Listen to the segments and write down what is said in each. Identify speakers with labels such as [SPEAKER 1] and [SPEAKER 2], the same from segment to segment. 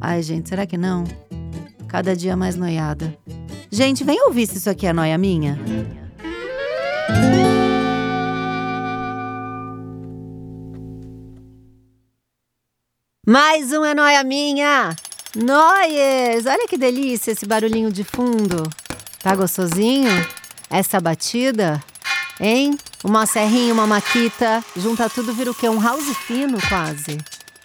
[SPEAKER 1] Ai, gente, será que não? Cada dia mais noiada. Gente, vem ouvir se isso aqui é noia minha. Mais um é noia minha! Noies! Olha que delícia esse barulhinho de fundo. Tá gostosinho? Essa batida? Hein? Uma serrinha, uma maquita, junta tudo vira o quê? Um house fino quase.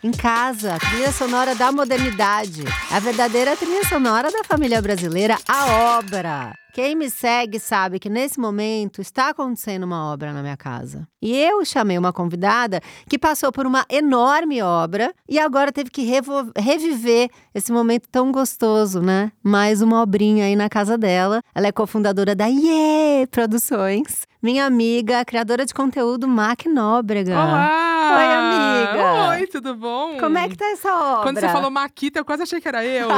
[SPEAKER 1] Em casa, a trilha sonora da modernidade. A verdadeira trilha sonora da família brasileira, a obra. Quem me segue sabe que nesse momento está acontecendo uma obra na minha casa. E eu chamei uma convidada que passou por uma enorme obra e agora teve que revo- reviver esse momento tão gostoso, né? Mais uma obrinha aí na casa dela. Ela é cofundadora da Iê Produções. Minha amiga, criadora de conteúdo, Mac Nóbrega.
[SPEAKER 2] Olá!
[SPEAKER 1] Oi, amiga.
[SPEAKER 2] Ah, Oi, tudo bom?
[SPEAKER 1] Como é que tá essa obra?
[SPEAKER 2] Quando você falou Maquita, eu quase achei que era eu.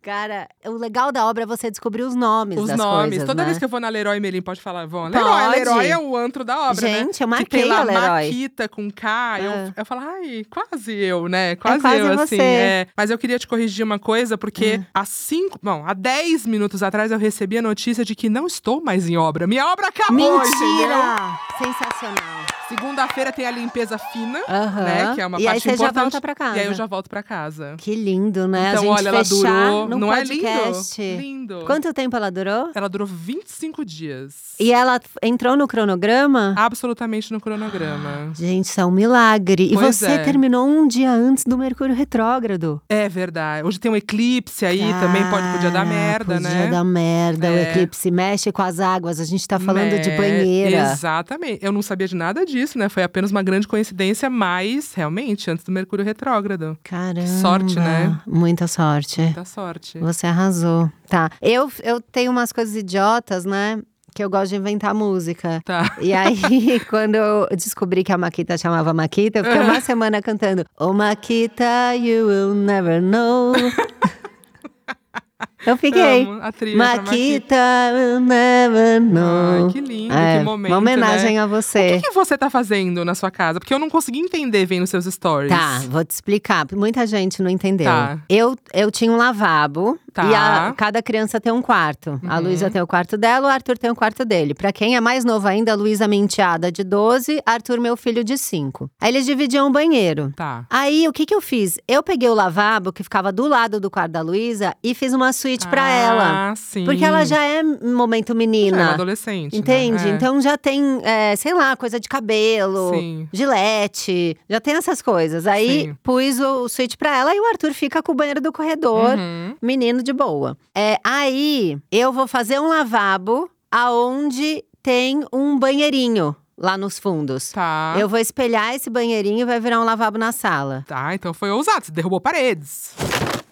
[SPEAKER 1] Cara, o legal da obra é você descobrir os nomes
[SPEAKER 2] Os
[SPEAKER 1] das
[SPEAKER 2] nomes.
[SPEAKER 1] coisas,
[SPEAKER 2] Toda
[SPEAKER 1] né?
[SPEAKER 2] vez que eu vou na Leroy Merlin, pode falar, vão.
[SPEAKER 1] Pode.
[SPEAKER 2] Leroy, Leroy é o antro da obra, né?
[SPEAKER 1] Gente, eu
[SPEAKER 2] Que tem
[SPEAKER 1] marquei
[SPEAKER 2] lá né?
[SPEAKER 1] o Leroy.
[SPEAKER 2] Maquita com K, eu,
[SPEAKER 1] Ah.
[SPEAKER 2] eu falo, ai, quase eu, né? Quase,
[SPEAKER 1] quase
[SPEAKER 2] eu, assim.
[SPEAKER 1] você. Ah.
[SPEAKER 2] é. Mas eu queria te corrigir uma coisa, porque há cinco, bom, há dez minutos atrás eu recebi a notícia de que não estou mais em obra. Minha obra acabou, entendeu?
[SPEAKER 1] Mentira! Sensacional.
[SPEAKER 2] Segunda-feira tem a limpeza fina,
[SPEAKER 1] Aham.
[SPEAKER 2] né? Que é uma
[SPEAKER 1] e aí
[SPEAKER 2] parte
[SPEAKER 1] você já
[SPEAKER 2] importante.
[SPEAKER 1] volta pra casa.
[SPEAKER 2] E aí eu já volto pra casa.
[SPEAKER 1] Que lindo, né?
[SPEAKER 2] então,
[SPEAKER 1] a gente
[SPEAKER 2] olha, ela
[SPEAKER 1] fechar
[SPEAKER 2] durou.
[SPEAKER 1] num
[SPEAKER 2] não
[SPEAKER 1] podcast.
[SPEAKER 2] é lindo? Lindo.
[SPEAKER 1] Quanto tempo ela durou?
[SPEAKER 2] Ela durou 25 dias.
[SPEAKER 1] E ela f- entrou no cronograma?
[SPEAKER 2] Absolutamente no cronograma.
[SPEAKER 1] Gente, isso é um milagre. e
[SPEAKER 2] Pois
[SPEAKER 1] você
[SPEAKER 2] é.
[SPEAKER 1] terminou um dia antes do Mercúrio Retrógrado.
[SPEAKER 2] É verdade. Hoje tem um eclipse aí, também pode, podia dar
[SPEAKER 1] Cara,
[SPEAKER 2] merda,
[SPEAKER 1] podia
[SPEAKER 2] né?
[SPEAKER 1] dar merda, o
[SPEAKER 2] É.
[SPEAKER 1] eclipse mexe com as águas. A gente tá falando de
[SPEAKER 2] Né?
[SPEAKER 1] banheira.
[SPEAKER 2] Exatamente. Eu não sabia de nada disso, né? Foi apenas uma grande coincidência, mas realmente, antes do Mercúrio retrógrado.
[SPEAKER 1] Caramba.
[SPEAKER 2] Sorte, né?
[SPEAKER 1] Hum, Muita sorte.
[SPEAKER 2] Dá sorte.
[SPEAKER 1] Você arrasou. Tá. Eu, eu tenho umas coisas idiotas, né? Que eu gosto de inventar música.
[SPEAKER 2] Tá.
[SPEAKER 1] E aí, quando eu descobri que a Maquita chamava Maquita, eu fiquei uma semana cantando Oh Maquita, you will never know. eu fiquei.
[SPEAKER 2] Amo a trilha pra Maquita.
[SPEAKER 1] Maquita, will never know.
[SPEAKER 2] Ai, que lindo,
[SPEAKER 1] É,
[SPEAKER 2] que momento.
[SPEAKER 1] Uma homenagem
[SPEAKER 2] né?
[SPEAKER 1] a você.
[SPEAKER 2] O que, que você tá fazendo na sua casa? Porque eu não consegui entender vendo seus stories.
[SPEAKER 1] Tá, vou te explicar. Muita gente não entendeu.
[SPEAKER 2] Tá.
[SPEAKER 1] Eu, eu tinha um lavabo
[SPEAKER 2] Tá.
[SPEAKER 1] e a- cada criança tem um quarto. A
[SPEAKER 2] Uhum.
[SPEAKER 1] Luísa tem o quarto dela, o Arthur tem o quarto dele. Pra quem é mais novo ainda, a Luísa menteada de 12, Arthur meu filho de 5. Aí eles dividiam o banheiro.
[SPEAKER 2] Tá.
[SPEAKER 1] Aí, o que que eu fiz? Eu peguei o lavabo, que ficava do lado do quarto da Luísa, e fiz uma suíte pra ela.
[SPEAKER 2] Ah, sim.
[SPEAKER 1] Porque ela já é momento
[SPEAKER 2] é
[SPEAKER 1] menina.
[SPEAKER 2] uma adolescente. né?
[SPEAKER 1] entende?
[SPEAKER 2] É.
[SPEAKER 1] Então já tem, é, sei lá, coisa de cabelo,
[SPEAKER 2] Sim.
[SPEAKER 1] Gillette, já tem essas coisas. Aí
[SPEAKER 2] Sim.
[SPEAKER 1] pus o, o suíte pra ela e o Arthur fica com o banheiro do corredor,
[SPEAKER 2] Uhum.
[SPEAKER 1] menino de boa. É, aí eu vou fazer um lavabo aonde tem um banheirinho lá nos fundos.
[SPEAKER 2] Tá.
[SPEAKER 1] Eu vou espelhar esse banheirinho e vai virar um lavabo na sala.
[SPEAKER 2] Tá, então foi ousado. Você derrubou paredes.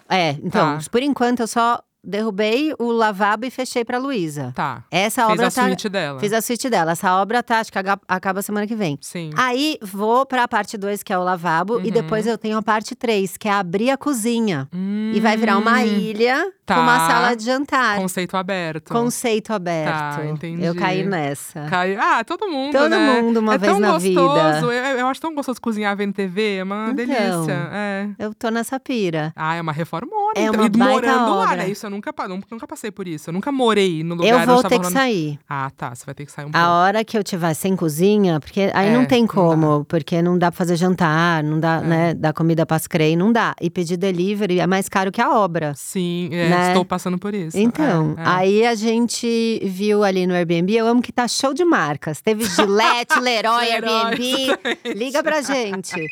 [SPEAKER 1] É, então,
[SPEAKER 2] Tá.
[SPEAKER 1] por enquanto eu só derrubei o lavabo e fechei pra Luísa.
[SPEAKER 2] Tá.
[SPEAKER 1] Essa
[SPEAKER 2] Fez
[SPEAKER 1] obra
[SPEAKER 2] a
[SPEAKER 1] tá.
[SPEAKER 2] suíte dela.
[SPEAKER 1] Fiz a suíte dela. Essa obra tá, acho que aga- acaba semana que vem.
[SPEAKER 2] Sim.
[SPEAKER 1] Aí vou pra parte 2, que é o lavabo, e
[SPEAKER 2] Uhum.
[SPEAKER 1] depois eu tenho a parte 3, que é abrir a cozinha. E vai virar uma
[SPEAKER 2] Hum,
[SPEAKER 1] ilha
[SPEAKER 2] Tá.
[SPEAKER 1] com uma sala de jantar.
[SPEAKER 2] Conceito aberto.
[SPEAKER 1] Conceito aberto.
[SPEAKER 2] Tá, entendi.
[SPEAKER 1] Eu caí nessa.
[SPEAKER 2] Cai... Ah, todo mundo,
[SPEAKER 1] Todo
[SPEAKER 2] né?
[SPEAKER 1] mundo uma
[SPEAKER 2] é
[SPEAKER 1] vez
[SPEAKER 2] tão
[SPEAKER 1] na
[SPEAKER 2] gostoso.
[SPEAKER 1] vida.
[SPEAKER 2] Eu, eu acho tão gostoso cozinhar vendo TV. É uma
[SPEAKER 1] Então.
[SPEAKER 2] delícia. É.
[SPEAKER 1] Eu tô nessa pira.
[SPEAKER 2] Ah, é uma reformona.
[SPEAKER 1] É
[SPEAKER 2] então.
[SPEAKER 1] uma
[SPEAKER 2] e
[SPEAKER 1] baita
[SPEAKER 2] morando lá,
[SPEAKER 1] obra.
[SPEAKER 2] né? Isso eu nunca, pa- nunca, nunca passei por isso. Eu nunca morei no lugar
[SPEAKER 1] eu
[SPEAKER 2] onde
[SPEAKER 1] vou
[SPEAKER 2] tava
[SPEAKER 1] ter que
[SPEAKER 2] rolando-
[SPEAKER 1] sair.
[SPEAKER 2] Ah, tá. Você vai ter que sair um
[SPEAKER 1] A
[SPEAKER 2] pouco.
[SPEAKER 1] hora que eu tiver sem cozinha, porque aí
[SPEAKER 2] É,
[SPEAKER 1] não tem
[SPEAKER 2] não dá.
[SPEAKER 1] como, porque não dá pra fazer jantar, não dá,
[SPEAKER 2] É.
[SPEAKER 1] né, dar comida pras crei, não dá. E pedir delivery é mais caro que a obra.
[SPEAKER 2] Sim, é,
[SPEAKER 1] Né?
[SPEAKER 2] estou passando por isso.
[SPEAKER 1] Então,
[SPEAKER 2] É, é.
[SPEAKER 1] aí a gente viu ali no Airbnb, eu amo que tá show de marcas. Teve Gillette, Leroy,
[SPEAKER 2] Leroy,
[SPEAKER 1] Airbnb. Liga pra gente.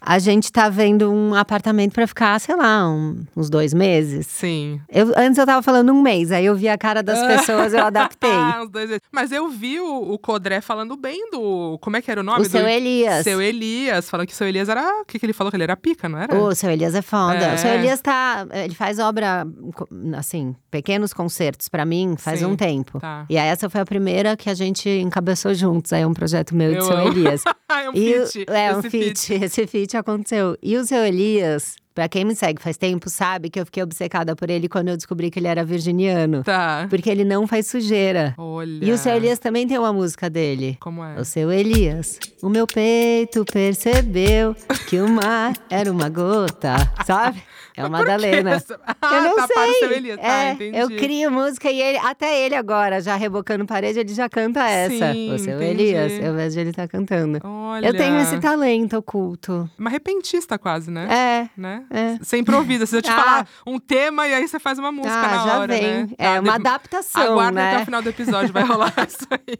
[SPEAKER 1] A gente tá vendo um apartamento pra ficar, sei lá, um- uns dois meses.
[SPEAKER 2] Sim.
[SPEAKER 1] Eu- antes eu tava falando um mês, aí eu vi a cara das pessoas, eu adaptei.
[SPEAKER 2] Ah, os dois. Mas eu vi o, o Codré falando bem do. Como é que era o nome
[SPEAKER 1] O
[SPEAKER 2] do.
[SPEAKER 1] seu Elias.
[SPEAKER 2] Seu Elias. Falando que o seu Elias era. O que, que ele falou? Que ele era pica, não era?
[SPEAKER 1] O seu Elias é foda.
[SPEAKER 2] É.
[SPEAKER 1] O seu Elias tá. Ele faz obra, co- assim, pequenos concertos pra mim faz
[SPEAKER 2] Sim,
[SPEAKER 1] um tempo.
[SPEAKER 2] Tá.
[SPEAKER 1] E aí essa foi a primeira que a gente encabeçou juntos. Aí é um projeto meu e do
[SPEAKER 2] Eu
[SPEAKER 1] seu
[SPEAKER 2] amo.
[SPEAKER 1] Elias.
[SPEAKER 2] Ah, é um
[SPEAKER 1] E o-
[SPEAKER 2] feat.
[SPEAKER 1] É, um
[SPEAKER 2] esse
[SPEAKER 1] feat. Esse feat aconteceu. E o seu Elias, pra quem me segue faz tempo, sabe que eu fiquei obcecada por ele quando eu descobri que ele era virginiano.
[SPEAKER 2] Tá.
[SPEAKER 1] Porque ele não faz sujeira.
[SPEAKER 2] Olha.
[SPEAKER 1] E o seu Elias também tem uma música dele.
[SPEAKER 2] Como é?
[SPEAKER 1] O seu Elias, o meu peito percebeu que o mar era uma gota, sabe? É uma
[SPEAKER 2] Por quê?
[SPEAKER 1] Madalena.
[SPEAKER 2] Ah,
[SPEAKER 1] eu não
[SPEAKER 2] tá,
[SPEAKER 1] sei.
[SPEAKER 2] para o seu Elias. Tá,
[SPEAKER 1] é,
[SPEAKER 2] entendi.
[SPEAKER 1] eu crio música e ele, até ele agora, já rebocando parede, ele já canta essa.
[SPEAKER 2] Sim,
[SPEAKER 1] o seu
[SPEAKER 2] entendi.
[SPEAKER 1] Elias, eu vejo ele tá cantando.
[SPEAKER 2] Olha.
[SPEAKER 1] Eu tenho esse talento oculto.
[SPEAKER 2] Uma repentista quase, né?
[SPEAKER 1] É.
[SPEAKER 2] Né?
[SPEAKER 1] É.
[SPEAKER 2] Você improvisa, você te
[SPEAKER 1] Ah.
[SPEAKER 2] falar um tema e aí você faz uma música
[SPEAKER 1] ah,
[SPEAKER 2] na
[SPEAKER 1] já
[SPEAKER 2] hora,
[SPEAKER 1] vem.
[SPEAKER 2] né?
[SPEAKER 1] É
[SPEAKER 2] Tá,
[SPEAKER 1] uma
[SPEAKER 2] de-
[SPEAKER 1] adaptação,
[SPEAKER 2] Aguarda até o
[SPEAKER 1] né?
[SPEAKER 2] final do episódio, vai rolar isso aí.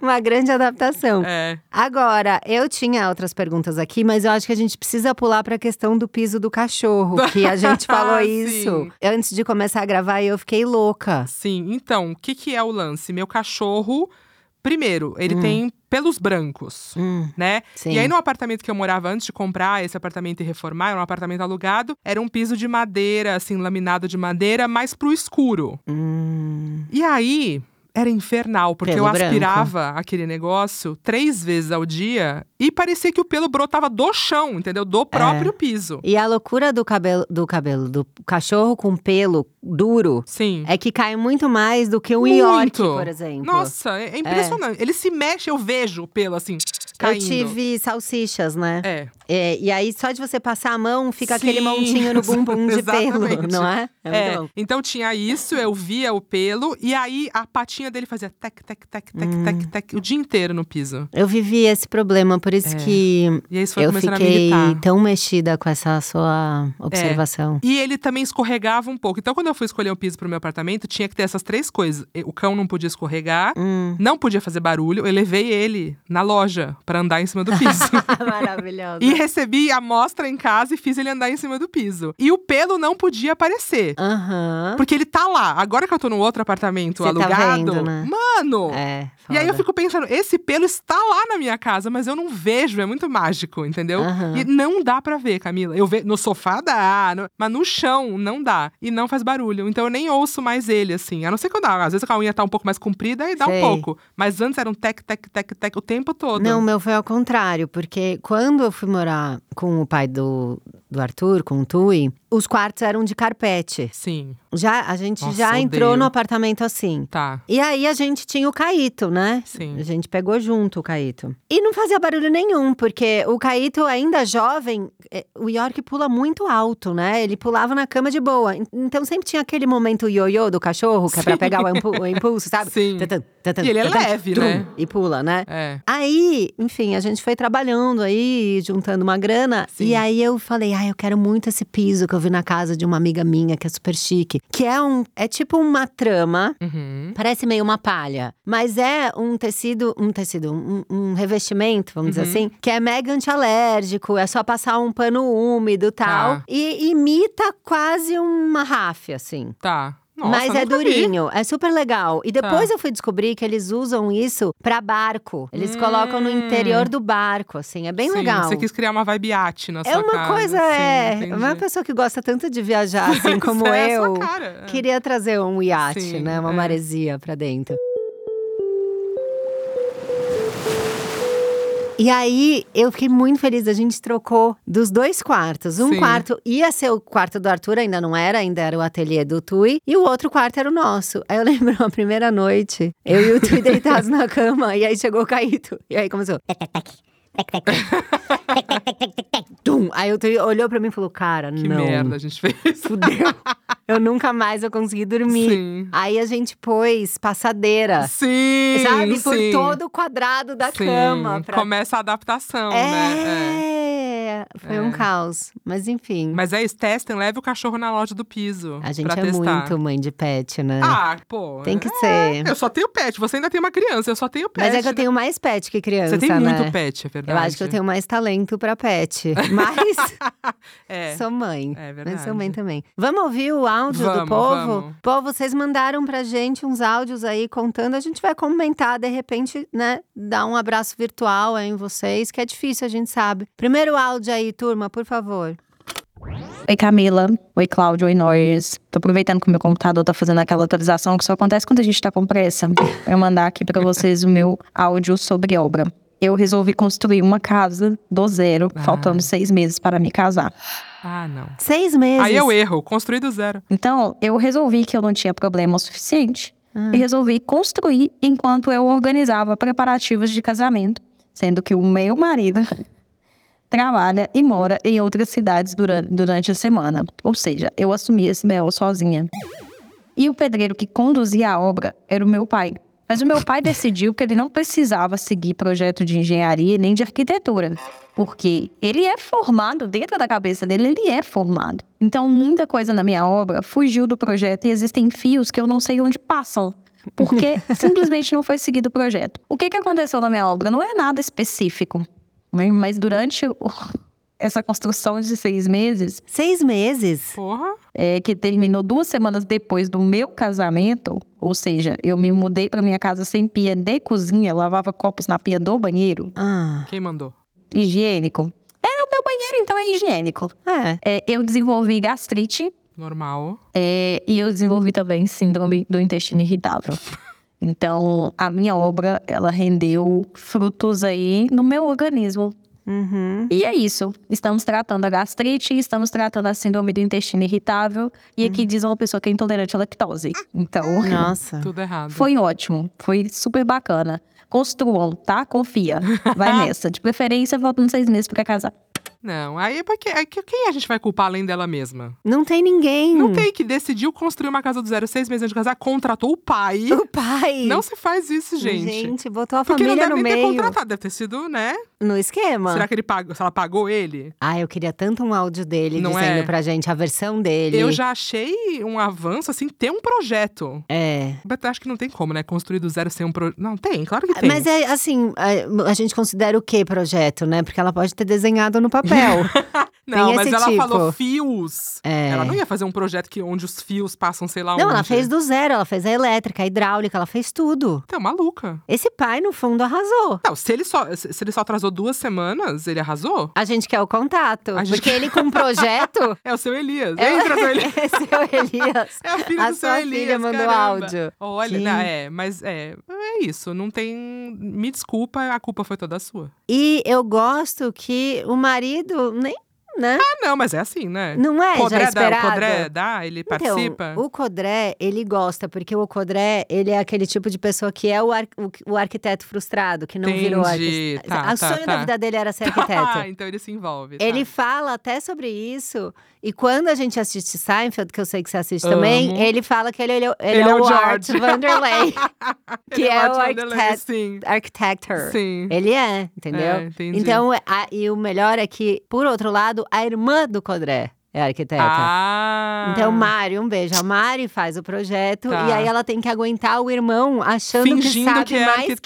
[SPEAKER 1] Uma grande adaptação.
[SPEAKER 2] É.
[SPEAKER 1] Agora, eu tinha outras perguntas aqui, mas eu acho que a gente precisa pular para a questão do piso do cachorro, que a gente falou
[SPEAKER 2] Ah, Sim.
[SPEAKER 1] isso. Antes de começar a gravar, eu fiquei louca.
[SPEAKER 2] Sim, então, o que, que é o lance? Meu cachorro, primeiro, ele
[SPEAKER 1] Hum.
[SPEAKER 2] tem pelos brancos,
[SPEAKER 1] Hum,
[SPEAKER 2] né?
[SPEAKER 1] sim.
[SPEAKER 2] E aí, no apartamento que eu morava antes de comprar esse apartamento e reformar, era um apartamento alugado, era um piso de madeira, assim, laminado de madeira, mas pro escuro.
[SPEAKER 1] Hum,
[SPEAKER 2] E aí, era infernal, porque
[SPEAKER 1] Pelo
[SPEAKER 2] eu
[SPEAKER 1] branco.
[SPEAKER 2] aspirava aquele negócio três vezes ao dia e parecia que o pelo brotava do chão, entendeu?
[SPEAKER 1] É.
[SPEAKER 2] Do próprio piso.
[SPEAKER 1] E a loucura do cabelo, do cabelo, do cachorro com pelo duro
[SPEAKER 2] Sim.
[SPEAKER 1] é que cai muito mais do que um
[SPEAKER 2] Muito.
[SPEAKER 1] York, por exemplo.
[SPEAKER 2] Nossa, é é impressionante. Ele se mexe, eu vejo o pelo, assim,
[SPEAKER 1] Eu
[SPEAKER 2] caindo.
[SPEAKER 1] tive salsichas, né?
[SPEAKER 2] É,
[SPEAKER 1] É, e aí, só de você passar a mão, fica aquele
[SPEAKER 2] Sim,
[SPEAKER 1] montinho no bumbum de pelo,
[SPEAKER 2] exatamente.
[SPEAKER 1] não é?
[SPEAKER 2] é.
[SPEAKER 1] muito bom.
[SPEAKER 2] Então tinha isso, eu via o pelo, e aí a patinha dele fazia tec, tec, tec, tec,
[SPEAKER 1] Hum.
[SPEAKER 2] tec, tec, o dia inteiro no piso.
[SPEAKER 1] Eu vivi esse problema, por isso que
[SPEAKER 2] É. E aí isso foi
[SPEAKER 1] Eu
[SPEAKER 2] começando
[SPEAKER 1] fiquei
[SPEAKER 2] a É. me irritar.
[SPEAKER 1] tão mexida com essa sua observação.
[SPEAKER 2] E ele também escorregava um pouco. Então, quando eu fui escolher o piso pro meu apartamento, tinha que ter essas três coisas. O cão não podia escorregar,
[SPEAKER 1] Hum.
[SPEAKER 2] não podia fazer barulho. Eu levei ele na loja pra andar em cima do piso.
[SPEAKER 1] Maravilhosa.
[SPEAKER 2] e é recebi a amostra em casa e fiz ele andar em cima do piso. E o pelo não podia aparecer.
[SPEAKER 1] Aham.
[SPEAKER 2] Porque ele tá lá. Agora que eu tô no outro apartamento
[SPEAKER 1] Você tá
[SPEAKER 2] alugado.
[SPEAKER 1] vendo, né?
[SPEAKER 2] Mano!
[SPEAKER 1] É,
[SPEAKER 2] E aí eu
[SPEAKER 1] foda.
[SPEAKER 2] fico pensando, esse pelo está lá na minha casa, mas eu não vejo, é muito mágico, entendeu?
[SPEAKER 1] Aham.
[SPEAKER 2] E não dá pra ver, Camila. Eu vejo no sofá dá, no- mas no chão não dá e não faz barulho. Então eu nem ouço mais ele assim. A não ser quando dá, às vezes a unha tá um pouco mais comprida e dá
[SPEAKER 1] Sei.
[SPEAKER 2] um pouco, mas antes era um tec tec tec tec o tempo todo.
[SPEAKER 1] Não, o meu foi ao contrário, porque quando eu fui morar com o pai do, do Arthur, com o Tui, os quartos eram de carpete.
[SPEAKER 2] Sim,
[SPEAKER 1] Já, a gente
[SPEAKER 2] Nossa,
[SPEAKER 1] já
[SPEAKER 2] odeio.
[SPEAKER 1] entrou no apartamento assim.
[SPEAKER 2] tá.
[SPEAKER 1] E aí a gente tinha o Caíto, né?
[SPEAKER 2] Sim.
[SPEAKER 1] A gente pegou junto o Caíto. E não fazia barulho nenhum, porque o Caíto, ainda jovem, é, o York pula muito alto, né? Ele pulava na cama de boa. En- Então sempre tinha aquele momento ioiô do cachorro, que é pra pegar o, impu- o impulso, sabe?
[SPEAKER 2] Sim.
[SPEAKER 1] Tantan, tantan,
[SPEAKER 2] E ele é
[SPEAKER 1] tantan,
[SPEAKER 2] leve,
[SPEAKER 1] trum,
[SPEAKER 2] né?
[SPEAKER 1] E pula, né?
[SPEAKER 2] É.
[SPEAKER 1] Aí, enfim, a gente foi trabalhando aí, juntando uma grana.
[SPEAKER 2] Sim.
[SPEAKER 1] E aí eu falei, ah, eu quero muito esse piso que eu vi na casa de uma amiga minha, que é super chique. Que é um. É tipo uma trama.
[SPEAKER 2] Uhum.
[SPEAKER 1] Parece meio uma palha, mas é um tecido, um tecido, um, um revestimento, vamos
[SPEAKER 2] Uhum.
[SPEAKER 1] dizer assim, que é mega antialérgico, é só passar um pano úmido e tal.
[SPEAKER 2] Tá.
[SPEAKER 1] E imita quase uma ráfia, assim.
[SPEAKER 2] Tá. Nossa,
[SPEAKER 1] mas é
[SPEAKER 2] nunca vi.
[SPEAKER 1] durinho, é super legal. E depois
[SPEAKER 2] Tá.
[SPEAKER 1] eu fui descobrir que eles usam isso pra barco. Eles colocam no
[SPEAKER 2] Hum.
[SPEAKER 1] interior do barco, assim, é bem
[SPEAKER 2] Sim,
[SPEAKER 1] legal.
[SPEAKER 2] Você quis criar uma vibe ate na
[SPEAKER 1] É
[SPEAKER 2] sua
[SPEAKER 1] uma
[SPEAKER 2] casa.
[SPEAKER 1] coisa,
[SPEAKER 2] Sim,
[SPEAKER 1] é.
[SPEAKER 2] entendi.
[SPEAKER 1] Uma pessoa que gosta tanto de viajar, assim como
[SPEAKER 2] Essa é a
[SPEAKER 1] eu.
[SPEAKER 2] sua cara. é.
[SPEAKER 1] Queria trazer um iate,
[SPEAKER 2] Sim,
[SPEAKER 1] né? Uma
[SPEAKER 2] é.
[SPEAKER 1] maresia pra dentro. E aí, eu fiquei muito feliz. A gente trocou dos dois quartos. Um
[SPEAKER 2] Sim.
[SPEAKER 1] quarto ia ser o quarto do Arthur, ainda não era, ainda era o ateliê do Tui. E o outro quarto era o nosso. Aí eu lembro, a primeira noite, eu e o Tui deitados na cama. E aí chegou o Caíto. E aí começou. "Tec, tec, tec, tec, tec, tec, tec, tec, tec, tec, tec, tec." Tum! Aí o Tui olhou pra mim e falou: Cara,
[SPEAKER 2] Que
[SPEAKER 1] não.
[SPEAKER 2] merda a gente fez.
[SPEAKER 1] Fudeu. Eu nunca mais vou conseguir dormir.
[SPEAKER 2] Sim.
[SPEAKER 1] Aí a gente pôs passadeira,
[SPEAKER 2] Sim,
[SPEAKER 1] sabe? Por
[SPEAKER 2] sim. assim.
[SPEAKER 1] todo o quadrado da
[SPEAKER 2] Sim,
[SPEAKER 1] cama. Pra...
[SPEAKER 2] Começa a adaptação,
[SPEAKER 1] é...
[SPEAKER 2] né? É.
[SPEAKER 1] Foi um
[SPEAKER 2] É.
[SPEAKER 1] caos. Mas enfim.
[SPEAKER 2] Mas é isso, testem, leve o cachorro na loja do piso.
[SPEAKER 1] a gente
[SPEAKER 2] pra
[SPEAKER 1] é
[SPEAKER 2] testar.
[SPEAKER 1] muito mãe de pet, né?
[SPEAKER 2] Ah, pô.
[SPEAKER 1] Tem que ser.
[SPEAKER 2] Eu só tenho pet, você ainda tem uma criança, eu só tenho pet. né?
[SPEAKER 1] Mas é que eu tenho mais pet que criança,
[SPEAKER 2] Você tem
[SPEAKER 1] né?
[SPEAKER 2] muito pet, é
[SPEAKER 1] Eu
[SPEAKER 2] verdade.
[SPEAKER 1] acho que eu tenho mais talento pra pet. Mas
[SPEAKER 2] É.
[SPEAKER 1] sou mãe.
[SPEAKER 2] É verdade.
[SPEAKER 1] Mas sou mãe também. Vamos ouvir o áudio do
[SPEAKER 2] Vamos,
[SPEAKER 1] povo?
[SPEAKER 2] vamos.
[SPEAKER 1] Povo, vocês mandaram pra gente uns áudios aí contando. A gente vai comentar, de repente, né? Dar um abraço virtual aí em vocês, que é difícil, a gente sabe. Primeiro áudio aí, turma, por favor.
[SPEAKER 3] Oi Camila, oi Cláudio, oi Norris. Tô aproveitando que o meu computador tá fazendo aquela atualização que só acontece quando a gente tá com pressa. Eu mandar aqui pra vocês o meu áudio sobre obra. Eu resolvi construir uma casa do zero,
[SPEAKER 2] Ah.
[SPEAKER 3] faltando seis meses para me casar.
[SPEAKER 2] Ah, não.
[SPEAKER 1] Seis meses.
[SPEAKER 2] Aí eu erro, construí do zero.
[SPEAKER 3] Então, eu resolvi que eu não tinha problema o suficiente
[SPEAKER 1] Ah.
[SPEAKER 3] e resolvi construir enquanto eu organizava preparativos de casamento, sendo que o meu marido trabalha e mora em outras cidades durante, durante a semana. Ou seja, eu assumi esse BO sozinha. E o pedreiro que conduzia a obra era o meu pai. Mas o meu pai decidiu que ele não precisava seguir projeto de engenharia nem de arquitetura, porque ele é formado, dentro da cabeça dele, ele é formado. Então, muita coisa na minha obra fugiu do projeto e existem fios que eu não sei onde passam, porque simplesmente não foi seguido o projeto. O que, que aconteceu na minha obra? Não é nada específico, né? mas durante o- essa construção de seis meses,
[SPEAKER 1] Seis meses?
[SPEAKER 2] Porra.
[SPEAKER 3] é, que terminou duas semanas depois do meu casamento, ou seja, eu me mudei para minha casa sem pia de cozinha, lavava copos na pia do banheiro,
[SPEAKER 1] Ah,
[SPEAKER 2] Quem mandou?
[SPEAKER 3] higiênico. É o meu banheiro, então é higiênico.
[SPEAKER 1] é.
[SPEAKER 3] É, eu desenvolvi gastrite
[SPEAKER 2] Normal.
[SPEAKER 3] é, e eu desenvolvi também síndrome do intestino irritável. Então, a minha obra, ela rendeu frutos aí no meu organismo.
[SPEAKER 1] Uhum.
[SPEAKER 3] E é isso. Estamos tratando a gastrite, estamos tratando a síndrome do intestino irritável. E
[SPEAKER 4] Uhum.
[SPEAKER 3] aqui diz uma pessoa que é intolerante à lactose. Então,
[SPEAKER 1] Nossa.
[SPEAKER 2] Tudo errado.
[SPEAKER 3] foi ótimo. Foi super bacana. Construam, tá? Confia. Vai nessa. De preferência, voltando seis meses pra casar.
[SPEAKER 2] Não, aí é porque. é que- quem a gente vai culpar além dela mesma?
[SPEAKER 1] Não tem ninguém.
[SPEAKER 2] Não tem que decidiu construir uma casa do zero seis meses antes de casar, contratou o pai.
[SPEAKER 1] O pai.
[SPEAKER 2] Não se faz isso, gente.
[SPEAKER 1] Gente, botou a
[SPEAKER 2] porque não
[SPEAKER 1] família
[SPEAKER 2] deve
[SPEAKER 1] no
[SPEAKER 2] nem ter
[SPEAKER 1] meio.
[SPEAKER 2] contratado, deve ter sido, né?
[SPEAKER 1] No esquema.
[SPEAKER 2] Será que ele pagou? Se ela pagou ele?
[SPEAKER 1] Ah, eu queria tanto um áudio dele
[SPEAKER 2] Não
[SPEAKER 1] dizendo
[SPEAKER 2] é?
[SPEAKER 1] pra gente a versão dele.
[SPEAKER 2] Eu já achei um avanço, assim, ter um projeto.
[SPEAKER 1] É.
[SPEAKER 2] Mas acho que não tem como, né? Construir do zero sem um projeto. Não, tem, claro que tem.
[SPEAKER 1] Mas é assim, a- a gente considera o que projeto, né? Porque ela pode ter desenhado no papel.
[SPEAKER 2] não,
[SPEAKER 1] ah, tem
[SPEAKER 2] mas
[SPEAKER 1] esse
[SPEAKER 2] ela
[SPEAKER 1] tipo.
[SPEAKER 2] falou fios.
[SPEAKER 1] É.
[SPEAKER 2] Ela não ia fazer um projeto que, onde os fios passam, sei lá onde.
[SPEAKER 1] Não, ela fez do zero, ela fez a elétrica, a hidráulica, ela fez tudo.
[SPEAKER 2] Então, maluca.
[SPEAKER 1] Esse pai, no fundo, arrasou.
[SPEAKER 2] Não, se ele, só, se se ele só atrasou duas semanas, ele arrasou.
[SPEAKER 1] A gente quer É o contato.
[SPEAKER 2] A gente
[SPEAKER 1] Porque ele com um projeto.
[SPEAKER 2] É o seu Elias.
[SPEAKER 1] É-
[SPEAKER 2] Entra, seu Elias.
[SPEAKER 1] Esse é o Elias.
[SPEAKER 2] É a filha
[SPEAKER 1] A
[SPEAKER 2] do seu
[SPEAKER 1] sua
[SPEAKER 2] Elias,
[SPEAKER 1] filha mandou
[SPEAKER 2] caramba.
[SPEAKER 1] áudio.
[SPEAKER 2] Olha,
[SPEAKER 1] Sim.
[SPEAKER 2] não, é, mas é, é isso. Não tem. Me desculpa, a culpa foi toda sua.
[SPEAKER 1] E eu gosto que o marido nem. Né?
[SPEAKER 2] Ah, não, mas é assim, né?
[SPEAKER 1] Não é já
[SPEAKER 2] Codré dá, o
[SPEAKER 1] esperado.
[SPEAKER 2] Codré dá, ele participa.
[SPEAKER 1] Então, o Codré, ele gosta, porque o Codré, ele é aquele tipo de pessoa que é o, ar- o- o arquiteto frustrado, que não virou
[SPEAKER 2] Entendi.
[SPEAKER 1] arquiteto.
[SPEAKER 2] Tá,
[SPEAKER 1] o
[SPEAKER 2] tá,
[SPEAKER 1] sonho
[SPEAKER 2] tá.
[SPEAKER 1] da vida dele era ser arquiteto.
[SPEAKER 2] Ah, então ele se envolve. tá.
[SPEAKER 1] Ele fala até sobre isso. E quando a gente assiste Seinfeld, que eu sei que você assiste
[SPEAKER 2] Amo.
[SPEAKER 1] também, ele fala que ele, ele, é o- ele
[SPEAKER 2] Ele
[SPEAKER 1] é,
[SPEAKER 2] é o
[SPEAKER 1] o Art
[SPEAKER 2] George.
[SPEAKER 1] Vanderlei, que
[SPEAKER 2] Ele né,
[SPEAKER 1] é o
[SPEAKER 2] Martin Vanderlei,
[SPEAKER 1] arquiteto.
[SPEAKER 2] Sim.
[SPEAKER 1] architector.
[SPEAKER 2] Sim.
[SPEAKER 1] Ele é, entendeu?
[SPEAKER 2] É, entendi.
[SPEAKER 1] então, a- e o melhor é que, por outro lado, a irmã do Codré é arquiteta.
[SPEAKER 2] Ah.
[SPEAKER 1] Então, Mari, um beijo. A Mari faz o projeto
[SPEAKER 2] Tá.
[SPEAKER 1] e aí ela tem que aguentar o irmão achando que
[SPEAKER 2] fingindo
[SPEAKER 1] sabe
[SPEAKER 2] que, é
[SPEAKER 1] mais
[SPEAKER 2] arquiteto,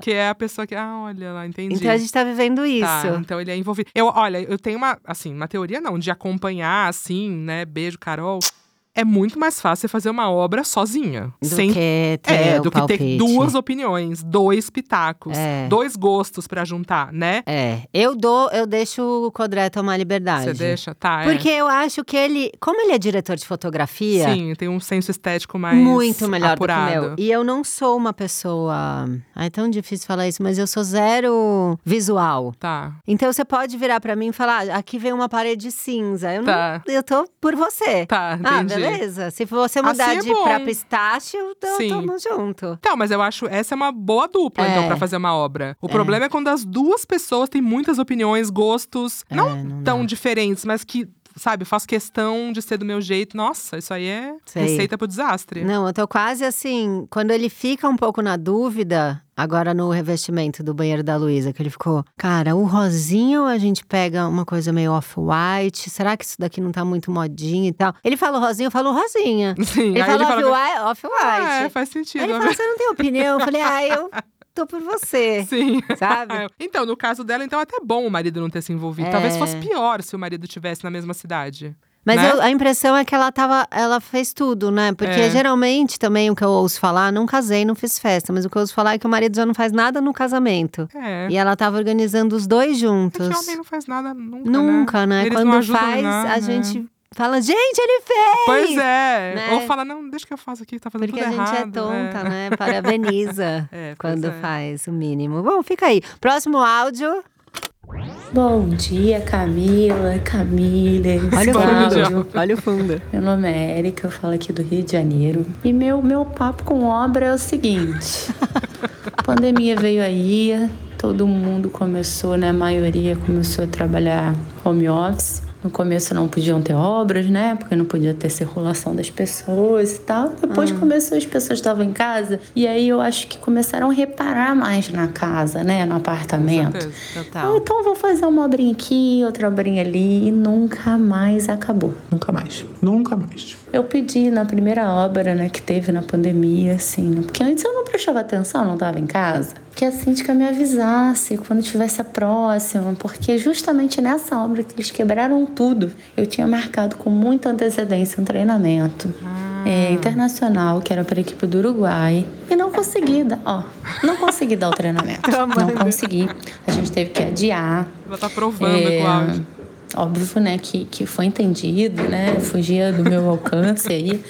[SPEAKER 1] que ela.
[SPEAKER 2] é a pessoa que. Ah, olha lá, entendi.
[SPEAKER 1] Então a gente tá vivendo
[SPEAKER 2] Tá,
[SPEAKER 1] isso.
[SPEAKER 2] então ele é envolvido. Eu, olha, eu tenho uma, assim, uma teoria não, de acompanhar, assim, né? Beijo, Carol. É muito mais fácil você fazer uma obra sozinha.
[SPEAKER 1] Do
[SPEAKER 2] sem
[SPEAKER 1] que ter
[SPEAKER 2] é,
[SPEAKER 1] o
[SPEAKER 2] do que
[SPEAKER 1] palpite.
[SPEAKER 2] ter duas opiniões, dois pitacos,
[SPEAKER 1] É.
[SPEAKER 2] dois gostos pra juntar, né?
[SPEAKER 1] É, eu dou, eu deixo o Codré tomar liberdade.
[SPEAKER 2] Você deixa, tá? é.
[SPEAKER 1] Porque eu acho que ele, como ele é diretor de fotografia,
[SPEAKER 2] Sim, tem um senso estético mais
[SPEAKER 1] muito melhor
[SPEAKER 2] apurado.
[SPEAKER 1] do que o meu. E eu não sou uma pessoa, ai, é tão difícil falar isso, mas eu sou zero visual.
[SPEAKER 2] Tá.
[SPEAKER 1] Então você pode virar pra mim e falar: "Ah, "Aqui vem uma parede cinza". Eu
[SPEAKER 2] Tá.
[SPEAKER 1] não, eu tô por você.
[SPEAKER 2] Tá,
[SPEAKER 1] Ah,
[SPEAKER 2] entendi.
[SPEAKER 1] beleza. Se você mudar
[SPEAKER 2] Assim é
[SPEAKER 1] de
[SPEAKER 2] bom.
[SPEAKER 1] pra pistache, eu tô,
[SPEAKER 2] Sim.
[SPEAKER 1] tamo junto.
[SPEAKER 2] Então, mas eu acho essa é uma boa dupla, então,
[SPEAKER 1] É.
[SPEAKER 2] pra fazer uma obra. O problema é quando as duas pessoas têm muitas opiniões, gostos, não
[SPEAKER 1] É, não
[SPEAKER 2] tão
[SPEAKER 1] dá.
[SPEAKER 2] diferentes, mas que sabe? Faço questão de ser do meu jeito. Nossa, isso aí é
[SPEAKER 1] Sei.
[SPEAKER 2] receita pro desastre.
[SPEAKER 1] Não, eu tô quase assim. Quando ele fica um pouco na dúvida, agora no revestimento do banheiro da Luísa, que ele ficou, cara, o rosinha ou a gente pega uma coisa meio off-white? Será que isso daqui não tá muito modinha e tal? Ele fala rosinha, eu falo rosinha.
[SPEAKER 2] Sim,
[SPEAKER 1] Ele
[SPEAKER 2] aí ele
[SPEAKER 1] fala
[SPEAKER 2] fala.
[SPEAKER 1] off-white.
[SPEAKER 2] Ah, é,
[SPEAKER 1] off-white.
[SPEAKER 2] faz
[SPEAKER 1] Aí
[SPEAKER 2] sentido.
[SPEAKER 1] ele fala, você não tem opinião? Eu falei, ah, eu tô por você.
[SPEAKER 2] Sim.
[SPEAKER 1] Sabe?
[SPEAKER 2] Então, no caso dela, então é até bom o marido não ter se envolvido.
[SPEAKER 1] É.
[SPEAKER 2] Talvez fosse pior se o marido tivesse na mesma cidade.
[SPEAKER 1] Mas
[SPEAKER 2] Né?
[SPEAKER 1] eu- a impressão é que ela tava. Ela fez tudo, né? Porque
[SPEAKER 2] É.
[SPEAKER 1] geralmente também o que eu ouço falar, não casei, não fiz festa, mas o que eu ouço falar é que o marido já não faz nada no casamento.
[SPEAKER 2] É.
[SPEAKER 1] E ela tava organizando os dois
[SPEAKER 2] É que homem
[SPEAKER 1] juntos.
[SPEAKER 2] não faz nada nunca,
[SPEAKER 1] Nunca, né?
[SPEAKER 2] Eles não
[SPEAKER 1] Quando
[SPEAKER 2] ajudam em
[SPEAKER 1] faz,
[SPEAKER 2] nada,
[SPEAKER 1] a
[SPEAKER 2] né?
[SPEAKER 1] gente fala, gente, ele fez!
[SPEAKER 2] Pois é.
[SPEAKER 1] né?
[SPEAKER 2] Ou fala, não, deixa que eu faço aqui, tá fazendo
[SPEAKER 1] Porque a
[SPEAKER 2] tudo
[SPEAKER 1] gente
[SPEAKER 2] errado.
[SPEAKER 1] é tonta, né? Parabeniza
[SPEAKER 2] É, pois
[SPEAKER 1] quando
[SPEAKER 2] é.
[SPEAKER 1] faz o mínimo. Bom, fica aí. Próximo áudio.
[SPEAKER 5] Bom dia, Camila, Camille.
[SPEAKER 1] Olha o
[SPEAKER 2] Barulho de
[SPEAKER 1] fundo. Olha o fundo.
[SPEAKER 5] Meu nome é Érica, eu falo aqui do Rio de Janeiro. E meu, meu papo com obra é o seguinte: a pandemia veio aí, todo mundo começou, né? A maioria começou a trabalhar home office. No começo não podiam ter obras, né? Porque não podia ter circulação das pessoas e tal.
[SPEAKER 1] Ah.
[SPEAKER 5] Depois começou, as pessoas estavam em casa. E aí eu acho que começaram a reparar mais na casa, né? No apartamento. Ah,
[SPEAKER 1] Total.
[SPEAKER 5] então vou fazer uma obrinha aqui, outra obrinha ali e nunca mais acabou.
[SPEAKER 6] Nunca mais. Nunca mais.
[SPEAKER 5] Eu pedi na primeira obra, né, que teve na pandemia, assim, né, porque antes eu não prestava atenção, não estava em casa, assim, que a síndica me avisasse quando tivesse a próxima, porque justamente nessa obra que eles quebraram tudo, eu tinha marcado com muita antecedência um treinamento é, internacional, que era para a equipe do Uruguai, e não consegui dar, ó, não consegui dar o treinamento, não consegui, a gente teve que adiar,
[SPEAKER 2] Ela tá provando
[SPEAKER 5] É.
[SPEAKER 2] com o áudio.
[SPEAKER 5] Óbvio, né, que, que foi entendido, né? Fugia do meu alcance aí.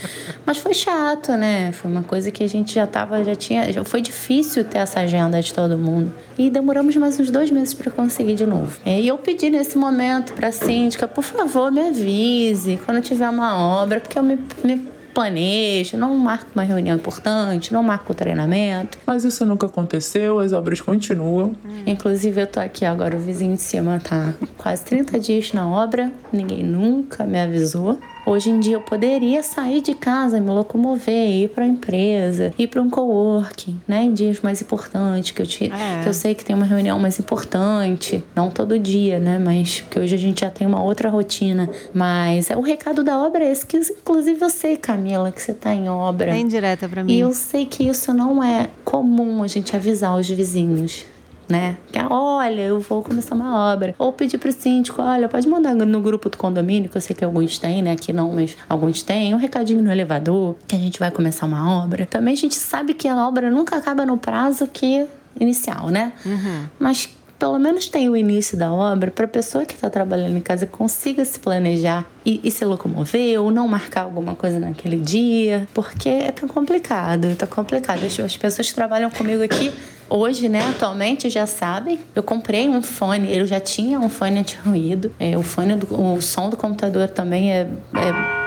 [SPEAKER 5] Mas foi chato, né? Foi uma coisa que a gente já tava, já tinha. Já foi difícil ter essa agenda de todo mundo. E demoramos mais uns dois meses para conseguir de novo. É, E eu pedi nesse momento pra síndica, por favor, me avise quando tiver uma obra, porque eu me. me planejo, não marco uma reunião importante, não marco o treinamento. Hum.
[SPEAKER 6] Mas isso nunca aconteceu, as obras continuam.
[SPEAKER 5] Inclusive, eu tô aqui agora, o vizinho de cima tá quase 30 dias na obra, ninguém nunca me avisou. Hoje em dia eu poderia sair de casa, me locomover, ir pra empresa, ir pra um coworking, né? Em dias mais importantes, que eu, te,
[SPEAKER 1] É.
[SPEAKER 5] que eu sei que tem uma reunião mais importante. Não todo dia, né? Mas que hoje a gente já tem uma outra rotina. Mas é, o recado da obra é esse, que inclusive eu sei, Camila, que você tá em obra.
[SPEAKER 1] Bem direta pra
[SPEAKER 5] E
[SPEAKER 1] mim.
[SPEAKER 5] eu sei que isso não é comum a gente avisar os vizinhos. Né? Que, olha, eu vou começar uma obra. Ou pedir pro síndico, olha, pode mandar no grupo do condomínio, que eu sei que alguns têm, né? Aqui não, mas alguns têm. Um recadinho no elevador, que a gente vai começar uma obra. Também a gente sabe que a obra nunca acaba no prazo que inicial, né?
[SPEAKER 1] Uhum.
[SPEAKER 5] Mas pelo menos tem o início da obra para a pessoa que está trabalhando em casa consiga se planejar e, e se locomover ou não marcar alguma coisa naquele dia, porque é tão complicado, tá complicado. As, as pessoas que trabalham comigo aqui hoje, né, atualmente já sabem. Eu comprei um fone, eu já tinha um fone anti-ruído. É, o fone, do, o som do computador também é- é-